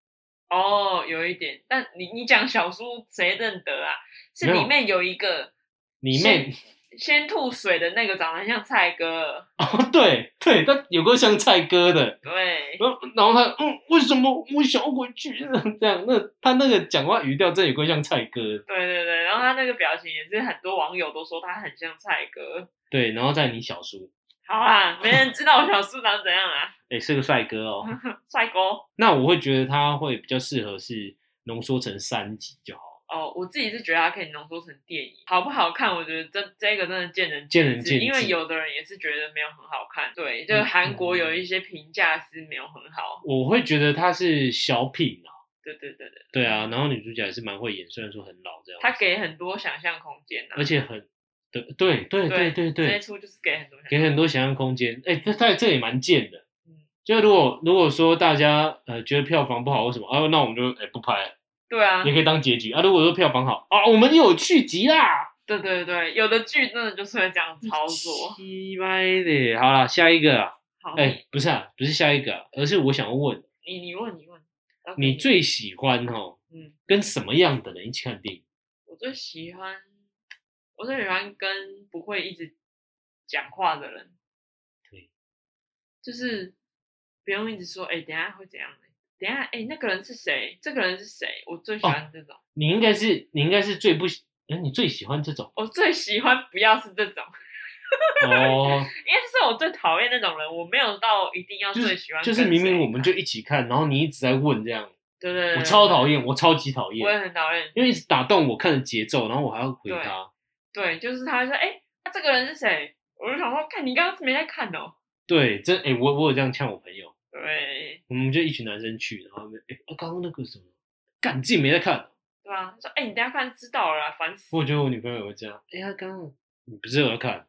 Speaker 2: 哦，有一点，但你你讲小叔谁认得啊？是
Speaker 1: 没有
Speaker 2: 里面有一个
Speaker 1: 你
Speaker 2: 先
Speaker 1: 妹
Speaker 2: 先吐水的那个，长得很像蔡哥。
Speaker 1: 哦，对对，他有个像蔡哥的，
Speaker 2: 对，
Speaker 1: 然后然后他嗯，为什么我想要回去？ 这样，那他那个讲话语调真的有够像蔡哥。
Speaker 2: 对对对，然后他那个表情也是很多网友都说他很像蔡哥。
Speaker 1: 对，然后在你小叔，
Speaker 2: 好啊，没人知道我小苏长怎样啊，
Speaker 1: 哎、是个帅哥哦。
Speaker 2: 嗯帅哥
Speaker 1: 那我会觉得他会比较适合是浓缩成三集就好了。
Speaker 2: 哦。我自己是觉得它可以浓缩成电影，好不好看？我觉得这这个真的见仁
Speaker 1: 见仁
Speaker 2: 智，
Speaker 1: 见智嗯
Speaker 2: 因为有的人也是觉得没有很好看。对，就是韩国有一些评价是没有很好。
Speaker 1: 我会觉得他是小品啊，
Speaker 2: 对对对对，
Speaker 1: 对啊，然后女主角也是蛮会演，虽然说很老这样，
Speaker 2: 他给很多想象空间啊
Speaker 1: 而。且很对对对对对
Speaker 2: 这一
Speaker 1: 对，
Speaker 2: 出就是给很多想象
Speaker 1: 给很多想象空间。哎、这在这也蛮贱的
Speaker 2: 嗯。
Speaker 1: 就如果如果说大家呃觉得票房不好或什么，啊，那我们就哎、不拍了，
Speaker 2: 对啊，
Speaker 1: 也可以当结局啊。如果说票房好啊，我们有续集啦。
Speaker 2: 对对对，有的剧真的就是会这样操 作。
Speaker 1: 鸡掰的，好啦，下一个啊，
Speaker 2: 好，
Speaker 1: 哎、不是啊，不是下一个啊、而是我想要问，
Speaker 2: 你你问你问，OK，
Speaker 1: 你最喜欢哦，
Speaker 2: 嗯，
Speaker 1: 跟什么样的人一起看电影？
Speaker 2: 我最喜欢，我最喜欢跟不会一直讲话的人，
Speaker 1: 对，
Speaker 2: 就是不用一直说，哎、等一下会怎样、等一下，哎、那个人是谁？这个人是谁？
Speaker 1: 哦
Speaker 2: 我最喜欢这种，
Speaker 1: 你应该是你应该是最不喜，哎、你最喜欢这 种
Speaker 2: 我最喜欢不要是这种，
Speaker 1: 哦，
Speaker 2: 因为这是我最讨厌那种人，我没有到一定要
Speaker 1: 就是
Speaker 2: 最喜欢
Speaker 1: 就是
Speaker 2: 跟
Speaker 1: 明
Speaker 2: 谁
Speaker 1: 明我们就一起看，然后你一直在问这样，
Speaker 2: 对对对，
Speaker 1: 我超讨
Speaker 2: 厌，
Speaker 1: 厌，我超级讨
Speaker 2: 我也
Speaker 1: 厌，
Speaker 2: 很讨厌，
Speaker 1: 因为一直打断我看的节奏，然后我还要回
Speaker 2: 对
Speaker 1: 他。
Speaker 2: 对，就是他会说，哎、那、这个人是谁？我就想说，看你刚刚是没在看哦。
Speaker 1: 对，真哎、我我有这样呛我朋友，
Speaker 2: 对，
Speaker 1: 我们就一群男生去，然后他们哎，啊刚、刚那个什么，干你自己没在看。
Speaker 2: 对啊，他说，哎、你等一下看知道了啦，烦死。
Speaker 1: 我觉得我女朋友也会这样，哎、呀，刚刚你不是有在 看，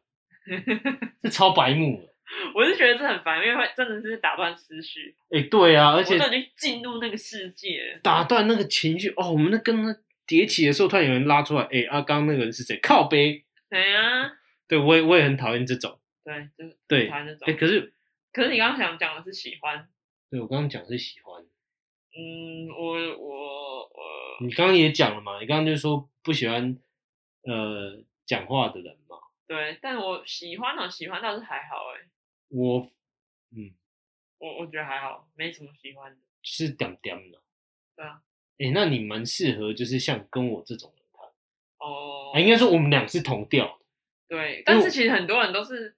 Speaker 1: 这超白目的。
Speaker 2: 我是觉得这很烦，因为会真的是打断思绪，
Speaker 1: 哎、对啊，而且
Speaker 2: 我都已经进入那个世界了。
Speaker 1: 打断那个情绪哦，我们那跟那叠起的时候，突然有人拉出来，哎、啊，刚刚那个人是谁？靠背。
Speaker 2: 对啊，
Speaker 1: 对我也我也很讨厌这种。
Speaker 2: 对，就是
Speaker 1: 对，哎、
Speaker 2: 烦那种。
Speaker 1: 可是
Speaker 2: 可是你刚刚想讲的是喜欢，
Speaker 1: 对我刚刚讲是喜欢，
Speaker 2: 嗯，我我我，
Speaker 1: 你刚刚也讲了嘛，你刚刚就说不喜欢呃讲话的人嘛，
Speaker 2: 对，但我喜欢呢，喜欢倒是还好哎，
Speaker 1: 我嗯
Speaker 2: 我我觉得还好，没什么喜欢的。
Speaker 1: 是点点的。
Speaker 2: 对啊。
Speaker 1: 哎、那你蛮适合就是像跟我这种人看，
Speaker 2: 哦，
Speaker 1: 啊，应该说我们俩是同调的。
Speaker 2: 对，但
Speaker 1: 我
Speaker 2: 是其实很多人都是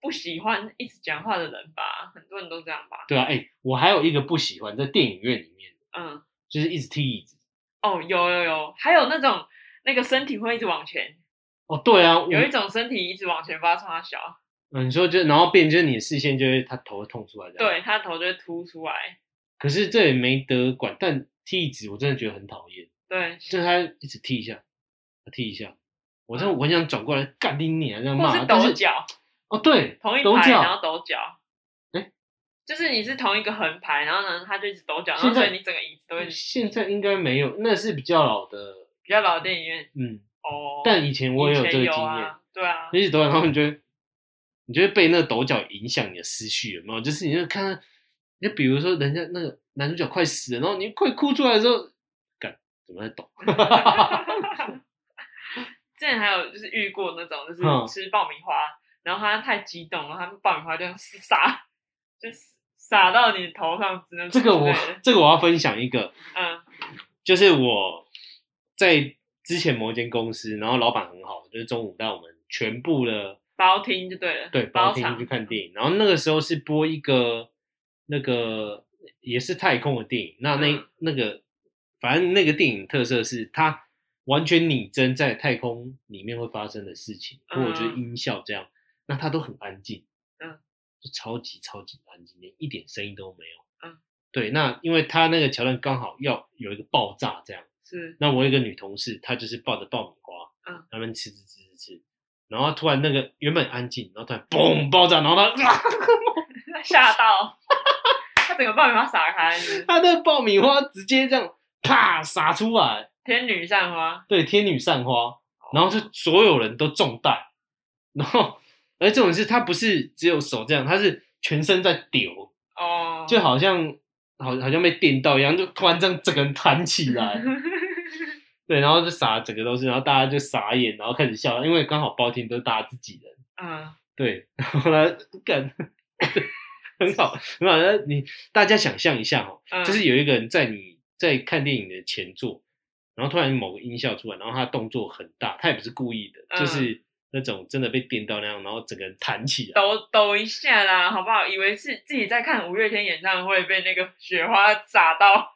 Speaker 2: 不喜欢一直讲话的人吧，很多人都这样吧。
Speaker 1: 对啊，哎、我还有一个不喜欢在电影院里面，
Speaker 2: 嗯，
Speaker 1: 就是一直踢椅子。
Speaker 2: 哦，有有有，还有那种那个身体会一直往前，
Speaker 1: 哦，对啊，我
Speaker 2: 有一种身体一直往前发冲他小，
Speaker 1: 嗯你说就然后变，就是你的视线就会他头会痛出来这样。
Speaker 2: 对，他的头就会凸出来。
Speaker 1: 可是这也没得管，但踢椅子我真的觉得很讨厌，
Speaker 2: 对，
Speaker 1: 就是他一直踢一下，他踢一下，我真的我很想转过来干你你啊这样
Speaker 2: 嗯或
Speaker 1: 骂。
Speaker 2: 是
Speaker 1: 但
Speaker 2: 抖
Speaker 1: 是
Speaker 2: 脚，
Speaker 1: 哦，对，
Speaker 2: 同一
Speaker 1: 抖
Speaker 2: 排，
Speaker 1: 脚
Speaker 2: 然后抖脚。
Speaker 1: 诶
Speaker 2: 就是你是同一个横排，然后呢，他就一直抖脚，然
Speaker 1: 现
Speaker 2: 后
Speaker 1: 在嗯
Speaker 2: 所以你整个椅子都会
Speaker 1: 现在应该没有，那是比较老的，
Speaker 2: 比较老的电影院
Speaker 1: 嗯，
Speaker 2: 哦。
Speaker 1: 但以前我也
Speaker 2: 以
Speaker 1: 有这
Speaker 2: 前
Speaker 1: 个经
Speaker 2: 有
Speaker 1: 验，
Speaker 2: 啊，对啊，
Speaker 1: 一直抖脚，然后你就会你就会被那个抖脚影响你的思绪，有没有？就是你就看到，就比如说人家那个男主角快死了，然后你快哭出来的时候，干怎么在抖？
Speaker 2: 之前还有就是遇过那种，就是
Speaker 1: 嗯
Speaker 2: 吃爆米花，然后他太激动了，他爆米花就这样撒，就是撒到你头上之类的，只
Speaker 1: 这
Speaker 2: 能
Speaker 1: 个我这个我要分享一个，
Speaker 2: 嗯
Speaker 1: 就是我在之前某一间公司，然后老板很好，就是中午带我们全部的
Speaker 2: 包厅就对了，
Speaker 1: 对包
Speaker 2: 包
Speaker 1: 厅
Speaker 2: 场
Speaker 1: 去看电影，然后那个时候是播一个那个也是太空的电影，那那、
Speaker 2: 嗯
Speaker 1: 那个反正那个电影特色是它完全拟真在太空里面会发生的事情，或者就是
Speaker 2: 嗯
Speaker 1: 音效这样，那它都很安静，
Speaker 2: 嗯，
Speaker 1: 就超级超级安静，连一点声音都没有，
Speaker 2: 嗯，
Speaker 1: 对，那因为它那个桥段刚好要有一个爆炸这样。
Speaker 2: 是
Speaker 1: 那我有一个女同事，她就是抱着爆米花，
Speaker 2: 嗯，
Speaker 1: 他们吃吃吃吃吃，然后突然那个原本安静，然后突然嘣爆炸，然后她、啊、
Speaker 2: 他吓到， 他整个爆米花撒开，是
Speaker 1: 她那个爆米花直接这样啪洒出来，
Speaker 2: 天女散花，
Speaker 1: 对，天女散花，然后就所有人都中弹，然后而这种是她不是只有手这样，她是全身在丢，
Speaker 2: 哦，
Speaker 1: 就好像好好像被电到一样，就突然这样整个人弹起 来。对，然后就撒整个都是，然后大家就傻眼，然后开始笑，因为刚好包厅都是大家自己人，
Speaker 2: 嗯，
Speaker 1: 对， 然后呢，干，很好，很好。那你大家想象一下哦，
Speaker 2: 嗯
Speaker 1: 就是有一个人在你在看电影的前座，然后突然某个音效出来，然后他动作很大，他也不是故意的，
Speaker 2: 嗯
Speaker 1: 就是那种真的被电到那样，然后整个人弹起来。
Speaker 2: 抖抖一下啦，好不好？以为是自己在看五月天演唱会，被那个雪花 砸到，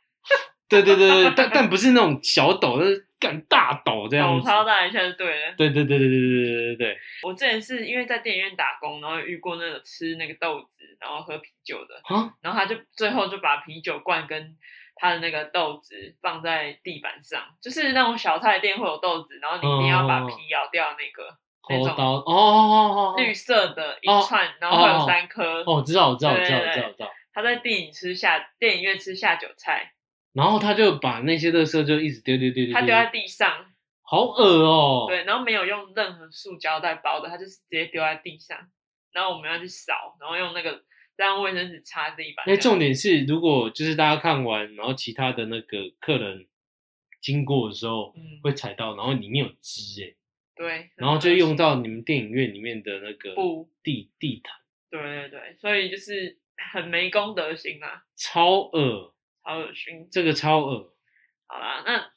Speaker 1: 对对对对，但但不是那种小抖，那是干大抖这样
Speaker 2: 抖
Speaker 1: 子。
Speaker 2: 超大一下就对了。
Speaker 1: 对对对对对对对对对，
Speaker 2: 我之前是因为在电影院打工，然后有遇过那种吃那个豆子，然后喝啤酒的，
Speaker 1: 啊，
Speaker 2: 然后他就最后就把啤酒罐跟他的那个豆子放在地板上，就是那种小菜店会有豆子，然后你一定要把皮咬掉那个、那
Speaker 1: 抠
Speaker 2: 种
Speaker 1: 刀哦嗯哦哦哦
Speaker 2: 绿色的一
Speaker 1: 哦
Speaker 2: 串，然后会
Speaker 1: 哦
Speaker 2: 有三颗。
Speaker 1: 哦，我知道我知道我知道
Speaker 2: 对
Speaker 1: 我知
Speaker 2: 对对
Speaker 1: 道我知道。
Speaker 2: 他在电影吃下电影院吃下酒菜，
Speaker 1: 然后他就把那些垃圾就一直丢丢丢丢，
Speaker 2: 他丢在地上。
Speaker 1: 好恶嗯哦。
Speaker 2: 对，然后没有用任何塑胶袋包的，它就是直接丢在地上，然后我们要去扫，然后用那个再用卫生纸擦地板。
Speaker 1: 那重点是，如果就是大家看完，然后其他的那个客人经过的时候
Speaker 2: 嗯，
Speaker 1: 会踩到，然后里面有汁哎，
Speaker 2: 对，
Speaker 1: 然后就用到你们电影院里面的那个
Speaker 2: 布，
Speaker 1: 地地毯，
Speaker 2: 对对对，所以就是很没公德心啊，
Speaker 1: 超恶，
Speaker 2: 好恶心。
Speaker 1: 这个超恶。
Speaker 2: 好啦，那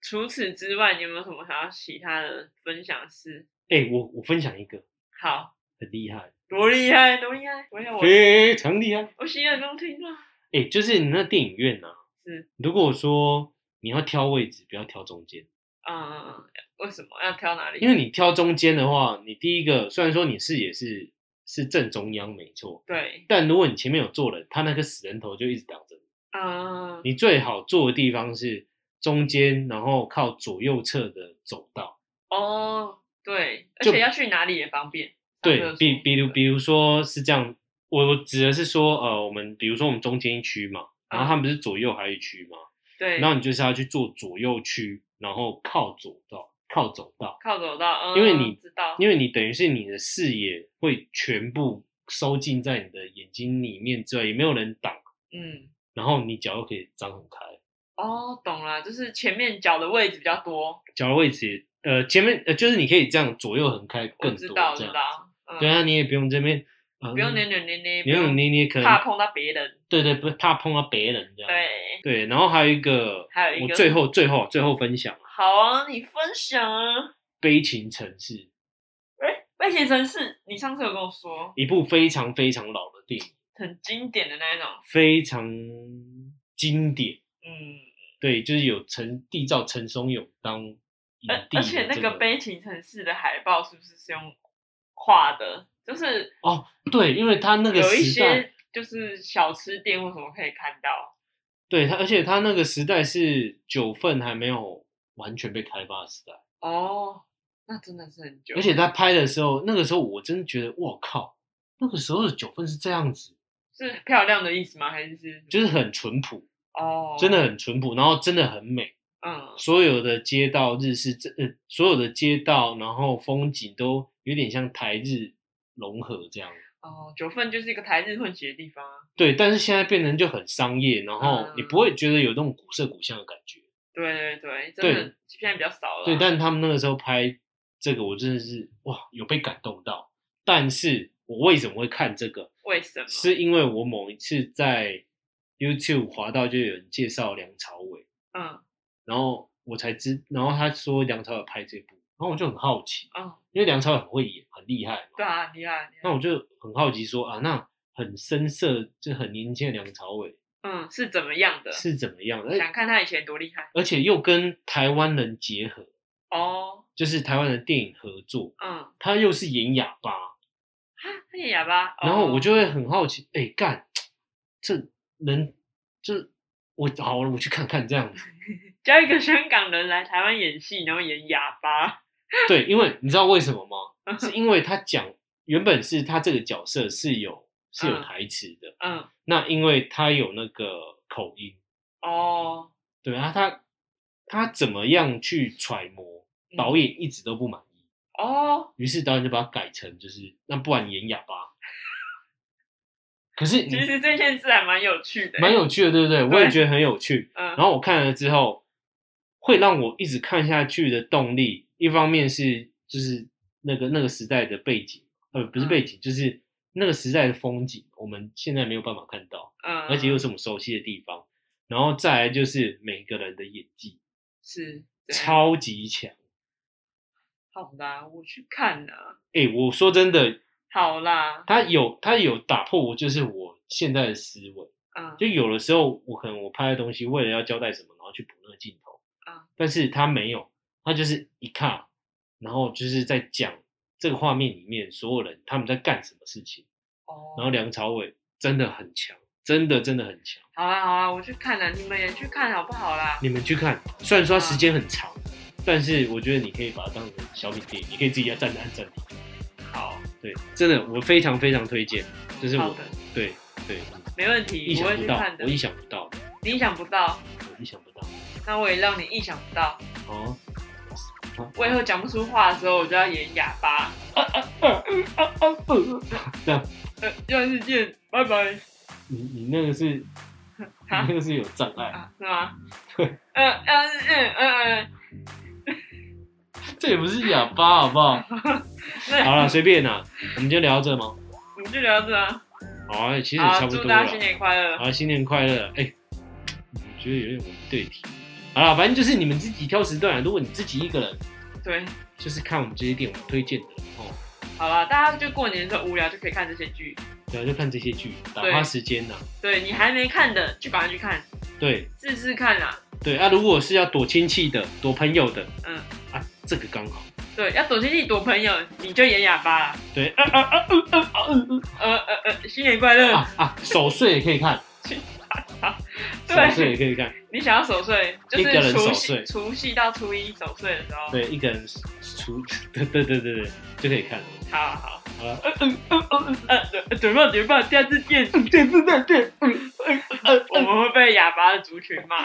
Speaker 2: 除此之外，你有没有什么想要其他的分享的事？
Speaker 1: 哎、我我分享一个
Speaker 2: 好，
Speaker 1: 很厉害，
Speaker 2: 多厉害，多厉害！我想我
Speaker 1: 非常厉害。
Speaker 2: 我洗耳恭听啊。
Speaker 1: 哎、就是你那电影院啊，
Speaker 2: 是，
Speaker 1: 如果说你要挑位置，不要挑中间，
Speaker 2: 嗯，为什么要挑哪里？
Speaker 1: 因为你挑中间的话，你第一个虽然说你视野是是正中央没错，
Speaker 2: 对，
Speaker 1: 但如果你前面有坐人，他那个死人头就一直挡着你。
Speaker 2: 嗯，
Speaker 1: 你最好坐的地方是中间，然后靠左右侧的走道。
Speaker 2: 哦，对，而
Speaker 1: 就
Speaker 2: 且要去哪里也方便。
Speaker 1: 对，比比如
Speaker 2: 如，
Speaker 1: 比如说是这样，我我指的是说，呃，我们比如说我们中间一区嘛，然后他们不是左右还有一区嘛，
Speaker 2: 对，
Speaker 1: 然后你就是要去做左右区，然后靠走道，靠走道，
Speaker 2: 靠走道，嗯，
Speaker 1: 因为你
Speaker 2: 知道，
Speaker 1: 因为你等于是你的视野会全部收进在你的眼睛里面之外，也没有人挡，
Speaker 2: 嗯，
Speaker 1: 然后你脚又可以张很开，
Speaker 2: 哦，懂了，就是前面脚的位置比较多，
Speaker 1: 脚的位置也。呃，前面呃，就是你可以这样左右横开
Speaker 2: 我
Speaker 1: 更
Speaker 2: 知
Speaker 1: 多，
Speaker 2: 道，
Speaker 1: 这
Speaker 2: 知
Speaker 1: 样。
Speaker 2: 道，嗯，
Speaker 1: 对啊，你也不用这边，呃、
Speaker 2: 不用扭扭捏捏，
Speaker 1: 扭扭捏捏，可
Speaker 2: 怕
Speaker 1: 能
Speaker 2: 碰到别人，
Speaker 1: 对对，不怕碰到别人这样。
Speaker 2: 对，
Speaker 1: 对，然后还有一个，
Speaker 2: 还有一个
Speaker 1: 我最后最后最后分享啊
Speaker 2: 好啊，你分享啊，
Speaker 1: 悲情城市》
Speaker 2: 外星城市，你上次有跟我说，
Speaker 1: 一部非常非常老的电影，
Speaker 2: 很经典的那一种，
Speaker 1: 非常经典。
Speaker 2: 嗯，
Speaker 1: 对，就是有陈缔造陈松勇当影
Speaker 2: 而
Speaker 1: 帝、
Speaker 2: 而且那
Speaker 1: 个
Speaker 2: 个《悲情城市》的海报是不是是用画的？就是
Speaker 1: 哦，对，因为他那个
Speaker 2: 有一
Speaker 1: 时代，
Speaker 2: 些就是小吃店或什么可以看到，
Speaker 1: 对他，而且他那个时代是九份还没有完全被开发的时代，
Speaker 2: 哦，那真的是很久，
Speaker 1: 而且他拍的时候，那个时候我真的觉得，我靠，那个时候的九份是这样子，
Speaker 2: 是漂亮的意思吗？还是是
Speaker 1: 就是很淳朴，
Speaker 2: 哦，
Speaker 1: 真的很淳朴，然后真的很美，
Speaker 2: 嗯
Speaker 1: 所有的街道日式，这呃，所有的街道，然后风景都有点像台日融合这样。
Speaker 2: 哦，九份就是一个台日混血的地方啊，
Speaker 1: 对，但是现在变成就很商业，然后你不会觉得有那种古色古香的感觉。
Speaker 2: 对对对，
Speaker 1: 对
Speaker 2: 真的现在比较少了啊，
Speaker 1: 对，但他们那个时候拍这个，我真的是哇，有被感动到。但是我为什么会看这个？
Speaker 2: 为什么？
Speaker 1: 是因为我某一次在 YouTube 滑到就有人介绍梁朝伟，
Speaker 2: 嗯
Speaker 1: 然后我才知，然后他说梁朝伟拍这部，然后我就很好奇，
Speaker 2: 嗯，
Speaker 1: 因为梁朝伟很会演，很厉害嘛，
Speaker 2: 对啊，厉害厉
Speaker 1: 哦那
Speaker 2: 害，
Speaker 1: 我就很好奇说啊，那很深色，就很年轻的梁朝伟
Speaker 2: 嗯，是怎么样的？
Speaker 1: 是怎么样的，而
Speaker 2: 想看他以前多厉害
Speaker 1: 而且又跟台湾人结合，
Speaker 2: 哦，
Speaker 1: 就是台湾的电影合作，
Speaker 2: 嗯，
Speaker 1: 他又是演哑巴，
Speaker 2: 哈，他也哑巴，
Speaker 1: 然后
Speaker 2: 哦
Speaker 1: 我就会很好奇，哎、干，这能这我好，我去看看这样子，
Speaker 2: 叫一个香港人来台湾演戏，然后演哑巴，
Speaker 1: 对，因为你知道为什么吗？是因 为他讲原本是他这个角色是有是有
Speaker 2: 嗯
Speaker 1: 台词的，
Speaker 2: 嗯，
Speaker 1: 那因为他有那个口音，
Speaker 2: 哦，
Speaker 1: 对啊，他他怎么样去揣摩，
Speaker 2: 嗯
Speaker 1: 导演一直都不满意，
Speaker 2: 哦，
Speaker 1: 于是导演就把它改成就是那不然你演哑 巴。可是你
Speaker 2: 其实这件事还蛮有趣的，
Speaker 1: 蛮，有趣的，对不对？我也
Speaker 2: 对
Speaker 1: 觉得很有趣。
Speaker 2: 嗯，
Speaker 1: 然后我看了之后，会让我一直看下去的动力，一方面是就是那个那个时代的背景，呃，不是
Speaker 2: 嗯
Speaker 1: 背景，就是那个时代的风景，我们现在没有办法看到，
Speaker 2: 嗯，
Speaker 1: 而且又是我们熟悉的地方。然后再来就是每个人的演技
Speaker 2: 是，对
Speaker 1: 超级强，
Speaker 2: 好啦，我去看啦。
Speaker 1: 哎、我说真的，
Speaker 2: 好啦，
Speaker 1: 他有他有打破我就是我现在的思维，
Speaker 2: 啊
Speaker 1: 就有的时候我可能我拍的东西为了要交代什么，然后去补那个镜头
Speaker 2: 啊，
Speaker 1: 但是他没有，他就是一看，然后就是在讲这个画面里面所有人他们在干什么事情，
Speaker 2: 哦，
Speaker 1: 然后梁朝伟真的很强，真的真的很强，
Speaker 2: 好啦好啦，我去看啦，你们也去看好不好啦？
Speaker 1: 你们去看，虽然说它时间很长，但是我觉得你可以把它当成小品电影，你可以自己要站着按暂停。
Speaker 2: 好，
Speaker 1: 对，真的我非常非常推荐，这是
Speaker 2: 好
Speaker 1: 我
Speaker 2: 的，
Speaker 1: 对对
Speaker 2: 没问
Speaker 1: 意
Speaker 2: 题，
Speaker 1: 想
Speaker 2: 我会
Speaker 1: 不
Speaker 2: 去
Speaker 1: 到
Speaker 2: 看，的
Speaker 1: 我。意想不到，
Speaker 2: 你意想不到，
Speaker 1: 我意想不到。
Speaker 2: 那我也让你意想不到。
Speaker 1: 哦，
Speaker 2: 我以后讲不出话的时候，我就要演哑巴。
Speaker 1: 啊
Speaker 2: 哦
Speaker 1: 啊不！
Speaker 2: 呃，下次见，拜拜。
Speaker 1: 你你那个是，你
Speaker 2: 啊
Speaker 1: 那个是有障碍，
Speaker 2: 啊，是吗？
Speaker 1: 对
Speaker 2: 呃。呃嗯嗯嗯
Speaker 1: 这也不是哑巴，好不 好？
Speaker 2: 嗯，
Speaker 1: 好了，随便啦，我们就聊到这吗？
Speaker 2: 我们就聊到这啊。
Speaker 1: 好啊，其实也
Speaker 2: 好
Speaker 1: 差，不
Speaker 2: 祝
Speaker 1: 多
Speaker 2: 大
Speaker 1: 了
Speaker 2: 家。新年快乐。
Speaker 1: 好，新年快乐！哎、我觉得有点不对题。好了，反正就是你们自己挑时段啊。如果你自己一个人，
Speaker 2: 对，
Speaker 1: 就是看我们这些电影推荐的哦，
Speaker 2: 好啦，大家就过年的时候无聊就可以看这些剧。
Speaker 1: 对啊，就看这些剧，打
Speaker 2: 对
Speaker 1: 发时间呐、
Speaker 2: 对你还没看的，就赶快去看，
Speaker 1: 对
Speaker 2: 试试看啦。
Speaker 1: 对啊，如果是要躲亲戚的、躲朋友的，
Speaker 2: 嗯
Speaker 1: 啊，这个刚好。
Speaker 2: 对，要躲亲戚躲朋友，你就演哑巴啦。
Speaker 1: 对啊啊啊啊啊
Speaker 2: 呃呃呃，新年快乐。
Speaker 1: 啊啊啊！守岁也可以 看，守岁
Speaker 2: 对，
Speaker 1: 也可以看。
Speaker 2: 你想要守岁，就
Speaker 1: 一个人
Speaker 2: 是除
Speaker 1: 守
Speaker 2: 夕
Speaker 1: 岁
Speaker 2: 除夕到初一守岁的时候。
Speaker 1: 对，一个人除，对对对对对，就可以看了。
Speaker 2: 好好，
Speaker 1: 好了，
Speaker 2: 呃呃呃呃呃呃，准备准备，下次 见。
Speaker 1: 对对对对，嗯嗯嗯
Speaker 2: 我们会被哑巴的族群骂。